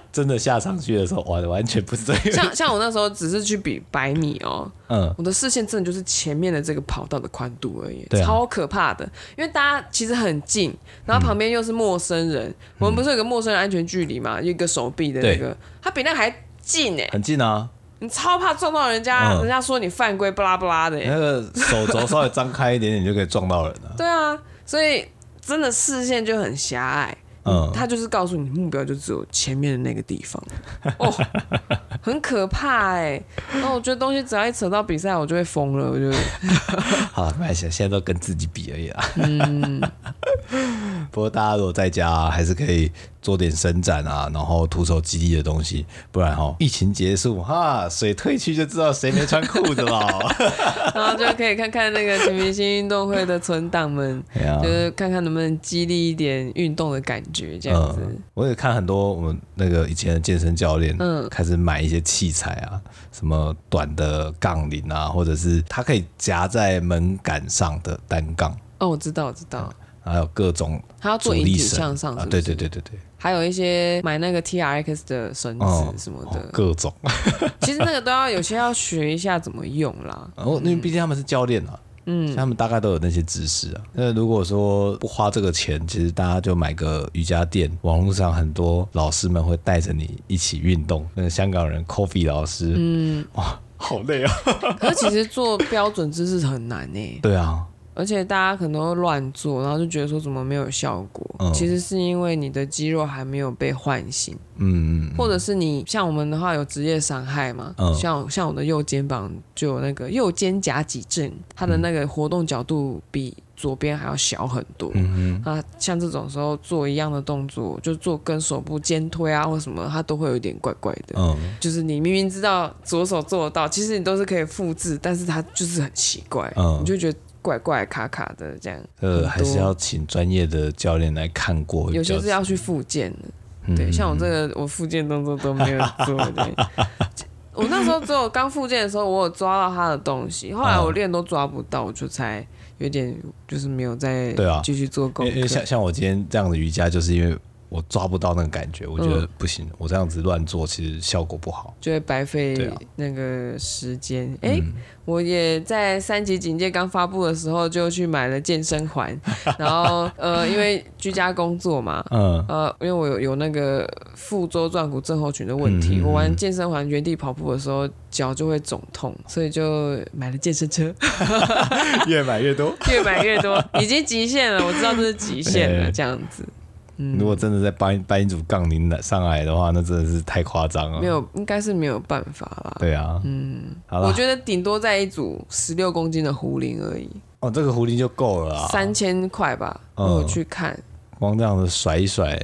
[SPEAKER 1] 真的下场去的时候，完完全不是这个，
[SPEAKER 2] 像像我那时候只是去比百米哦，
[SPEAKER 1] 嗯，
[SPEAKER 2] 我的视线真的就是前面的这个跑道的宽度而已，
[SPEAKER 1] 对啊
[SPEAKER 2] 超可怕的。因为大家其实很近，然后旁边又是陌生人，
[SPEAKER 1] 嗯
[SPEAKER 2] 我们不是有个陌生人安全距离嘛，一个手臂的那个，他比那个还近哎、
[SPEAKER 1] 很近啊，
[SPEAKER 2] 你超怕撞到人家，
[SPEAKER 1] 嗯
[SPEAKER 2] 人家说你犯规，巴拉巴拉的、欸。
[SPEAKER 1] 那个手肘稍微张开一点点就可以撞到人了，
[SPEAKER 2] 对啊，所以真的视线就很狭隘。
[SPEAKER 1] 嗯
[SPEAKER 2] 他就是告诉你目标就只有前面的那个地 方，哦，很可怕哎、然后我觉得东西只要一扯到比赛，我就会疯了，我就
[SPEAKER 1] 好，没关系，现在都跟自己比而已啦。嗯， 不过大家如果在家、还是可以做点伸展啊，然后徒手肌力的东西，不然哈、疫情结束哈，水退去就知道谁没穿裤子 了。
[SPEAKER 2] 然后就可以看看那个全明星运动会的存 档们，
[SPEAKER 1] 哎呀
[SPEAKER 2] 就是看看能不能激励一点运动的感觉，这样子。
[SPEAKER 1] 嗯，我也看很多我们那个以前的健身教练，嗯，开始买一些器材啊，什么短的杠铃啊，或者是它可以夹在门杆上的单杠，
[SPEAKER 2] 哦，我知道，我知道，
[SPEAKER 1] 还有各种
[SPEAKER 2] 他要
[SPEAKER 1] 阻
[SPEAKER 2] 做
[SPEAKER 1] 嗯
[SPEAKER 2] 引
[SPEAKER 1] 力
[SPEAKER 2] 体
[SPEAKER 1] 绳
[SPEAKER 2] 向上
[SPEAKER 1] 啊
[SPEAKER 2] 是，不
[SPEAKER 1] 对
[SPEAKER 2] 是
[SPEAKER 1] 对对对对，
[SPEAKER 2] 还有一些买那个 T R X 的绳
[SPEAKER 1] 哦
[SPEAKER 2] 子什么的，
[SPEAKER 1] 各种。
[SPEAKER 2] 其实那个都要有些要学一下怎么用啦。
[SPEAKER 1] 然后因为啊毕竟他们是教练啊，嗯，他们大概都有那些知识啊。那如果说不花这个钱，其实大家就买个瑜伽垫，网络上很多老师们会带着你一起运动。那个香港人 Coffee 老师，嗯，哇，好累啊。
[SPEAKER 2] 可是其实做标准姿势很难呢、欸
[SPEAKER 1] 对啊，
[SPEAKER 2] 而且大家可能都乱做，然后就觉得说怎么没有效果，
[SPEAKER 1] 嗯
[SPEAKER 2] 其实是因为你的肌肉还没有被唤醒。
[SPEAKER 1] 嗯，
[SPEAKER 2] 或者是你像我们的话有职业伤害嘛，
[SPEAKER 1] 嗯
[SPEAKER 2] 像像我的右肩膀就有那个右肩胛脊症，它
[SPEAKER 1] 嗯
[SPEAKER 2] 的那个活动角度比左边还要小很多。嗯啊，像这种时候做一样的动作，就做跟手部肩推啊或什么，它都会有一点怪怪的。
[SPEAKER 1] 嗯，
[SPEAKER 2] 就是你明明知道左手做得到，其实你都是可以复制，但是它就是很奇怪，
[SPEAKER 1] 嗯
[SPEAKER 2] 你就觉得怪怪卡卡的这样。
[SPEAKER 1] 呃，还是
[SPEAKER 2] 很多
[SPEAKER 1] 要请专业的教练来看过会比
[SPEAKER 2] 有
[SPEAKER 1] 较，嗯
[SPEAKER 2] 些是要去复健的，对，像我这个我复健动作都没有做 对。我那时候只有刚复健的时候，我有抓到他的东西，后来
[SPEAKER 1] 嗯
[SPEAKER 2] 我练都抓不到，我就才有点就是没有再
[SPEAKER 1] 对啊
[SPEAKER 2] 继续做
[SPEAKER 1] 因
[SPEAKER 2] 功
[SPEAKER 1] 为因为
[SPEAKER 2] 课
[SPEAKER 1] 像。像我今天这样的瑜伽，就是因为我抓不到那个感觉，我觉得不行，我这样子乱做其实效果不好。
[SPEAKER 2] 就会白
[SPEAKER 1] 对
[SPEAKER 2] 费
[SPEAKER 1] 啊嗯
[SPEAKER 2] 那个时间。哎、我也在三级警戒刚发布的时候就去买了健身 环，然后呃，因为居家工作嘛，
[SPEAKER 1] 嗯，
[SPEAKER 2] 呃，因为我有有那个腹周转骨症候群的问
[SPEAKER 1] 嗯
[SPEAKER 2] 题，
[SPEAKER 1] 嗯嗯
[SPEAKER 2] 我玩健身环原地跑步的时候脚就会肿痛，所以就买了健身车，
[SPEAKER 1] 越买越多。
[SPEAKER 2] 越买越多，已经极限了，我知道这是极限了，
[SPEAKER 1] 对
[SPEAKER 2] 这样子嗯
[SPEAKER 1] 如果真的再搬搬一组杠铃来上来的话，那真的是太夸张了。
[SPEAKER 2] 没，有应该是没有办法啦。
[SPEAKER 1] 对啊，嗯，好
[SPEAKER 2] 我
[SPEAKER 1] 了，
[SPEAKER 2] 觉得顶多在一组十六公斤的壶铃而已，
[SPEAKER 1] 哦，这个狐狸就够了啊，
[SPEAKER 2] 三千块吧，
[SPEAKER 1] 嗯
[SPEAKER 2] 我有去看
[SPEAKER 1] 光这样子甩一甩，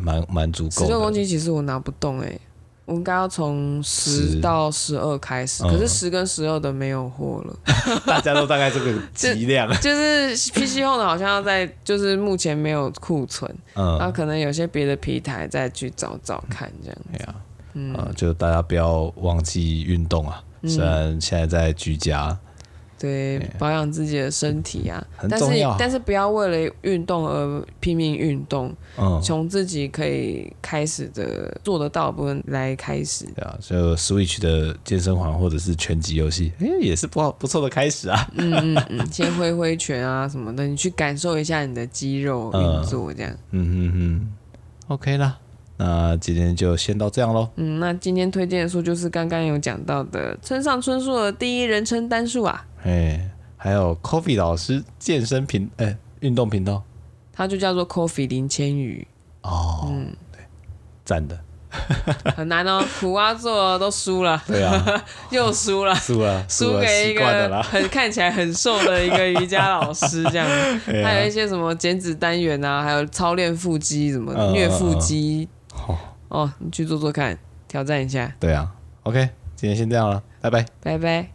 [SPEAKER 1] 蛮蛮足
[SPEAKER 2] 十六
[SPEAKER 1] 够
[SPEAKER 2] 公
[SPEAKER 1] 的。
[SPEAKER 2] 斤，其实我拿不动哎、我应该要从十
[SPEAKER 1] 10
[SPEAKER 2] 到十二开始，
[SPEAKER 1] 嗯
[SPEAKER 2] 可是十跟十二的没有货了。
[SPEAKER 1] 大家都大概这个剂量，啊
[SPEAKER 2] 就是 PC Home 的好像要在，就是目前没有库存，
[SPEAKER 1] 嗯
[SPEAKER 2] 然，后可能有些别的平台再去找找看这样。
[SPEAKER 1] 对啊，
[SPEAKER 2] 嗯
[SPEAKER 1] 啊，就大家不要忘记运动啊。虽然现在在居家，
[SPEAKER 2] 对，保养自己的身体啊，
[SPEAKER 1] 哎很
[SPEAKER 2] 但
[SPEAKER 1] 重
[SPEAKER 2] 是
[SPEAKER 1] 要
[SPEAKER 2] 但是不要为了运动而拼命运动，
[SPEAKER 1] 嗯，
[SPEAKER 2] 从自己可以开始的做得到的部分来开始。
[SPEAKER 1] 对啊，就 Switch 的健身环或者是拳击游戏，哎，也是不好不错的开始啊。
[SPEAKER 2] 嗯嗯嗯，先挥挥拳啊什么的，你去感受一下你的肌肉运作这样。
[SPEAKER 1] 嗯嗯嗯，OK 啦，那今天就先到这样喽。
[SPEAKER 2] 嗯，那今天推荐的书就是刚刚有讲到的村上春树的第一人称单数啊。
[SPEAKER 1] 哎，还有 Coffee 老师健身频哎运动频道
[SPEAKER 2] 它就叫做 Coffee 林千羽，
[SPEAKER 1] 哦，对，赞的，
[SPEAKER 2] 很难哦，苦瓜做都输了，
[SPEAKER 1] 对啊，
[SPEAKER 2] 又输了，
[SPEAKER 1] 输了
[SPEAKER 2] 输
[SPEAKER 1] 了，
[SPEAKER 2] 给
[SPEAKER 1] 习
[SPEAKER 2] 一
[SPEAKER 1] 惯的
[SPEAKER 2] 个
[SPEAKER 1] 啦，
[SPEAKER 2] 很看起来很瘦的一个瑜伽老师 这样。
[SPEAKER 1] 哎呀
[SPEAKER 2] 还有一些什么减脂单元啊，还有操练腹肌什么
[SPEAKER 1] 嗯
[SPEAKER 2] 虐腹肌
[SPEAKER 1] 哦
[SPEAKER 2] 哦，你去做做看，挑战一下，
[SPEAKER 1] 对啊，OK，今天先这样了，拜拜。
[SPEAKER 2] 拜拜。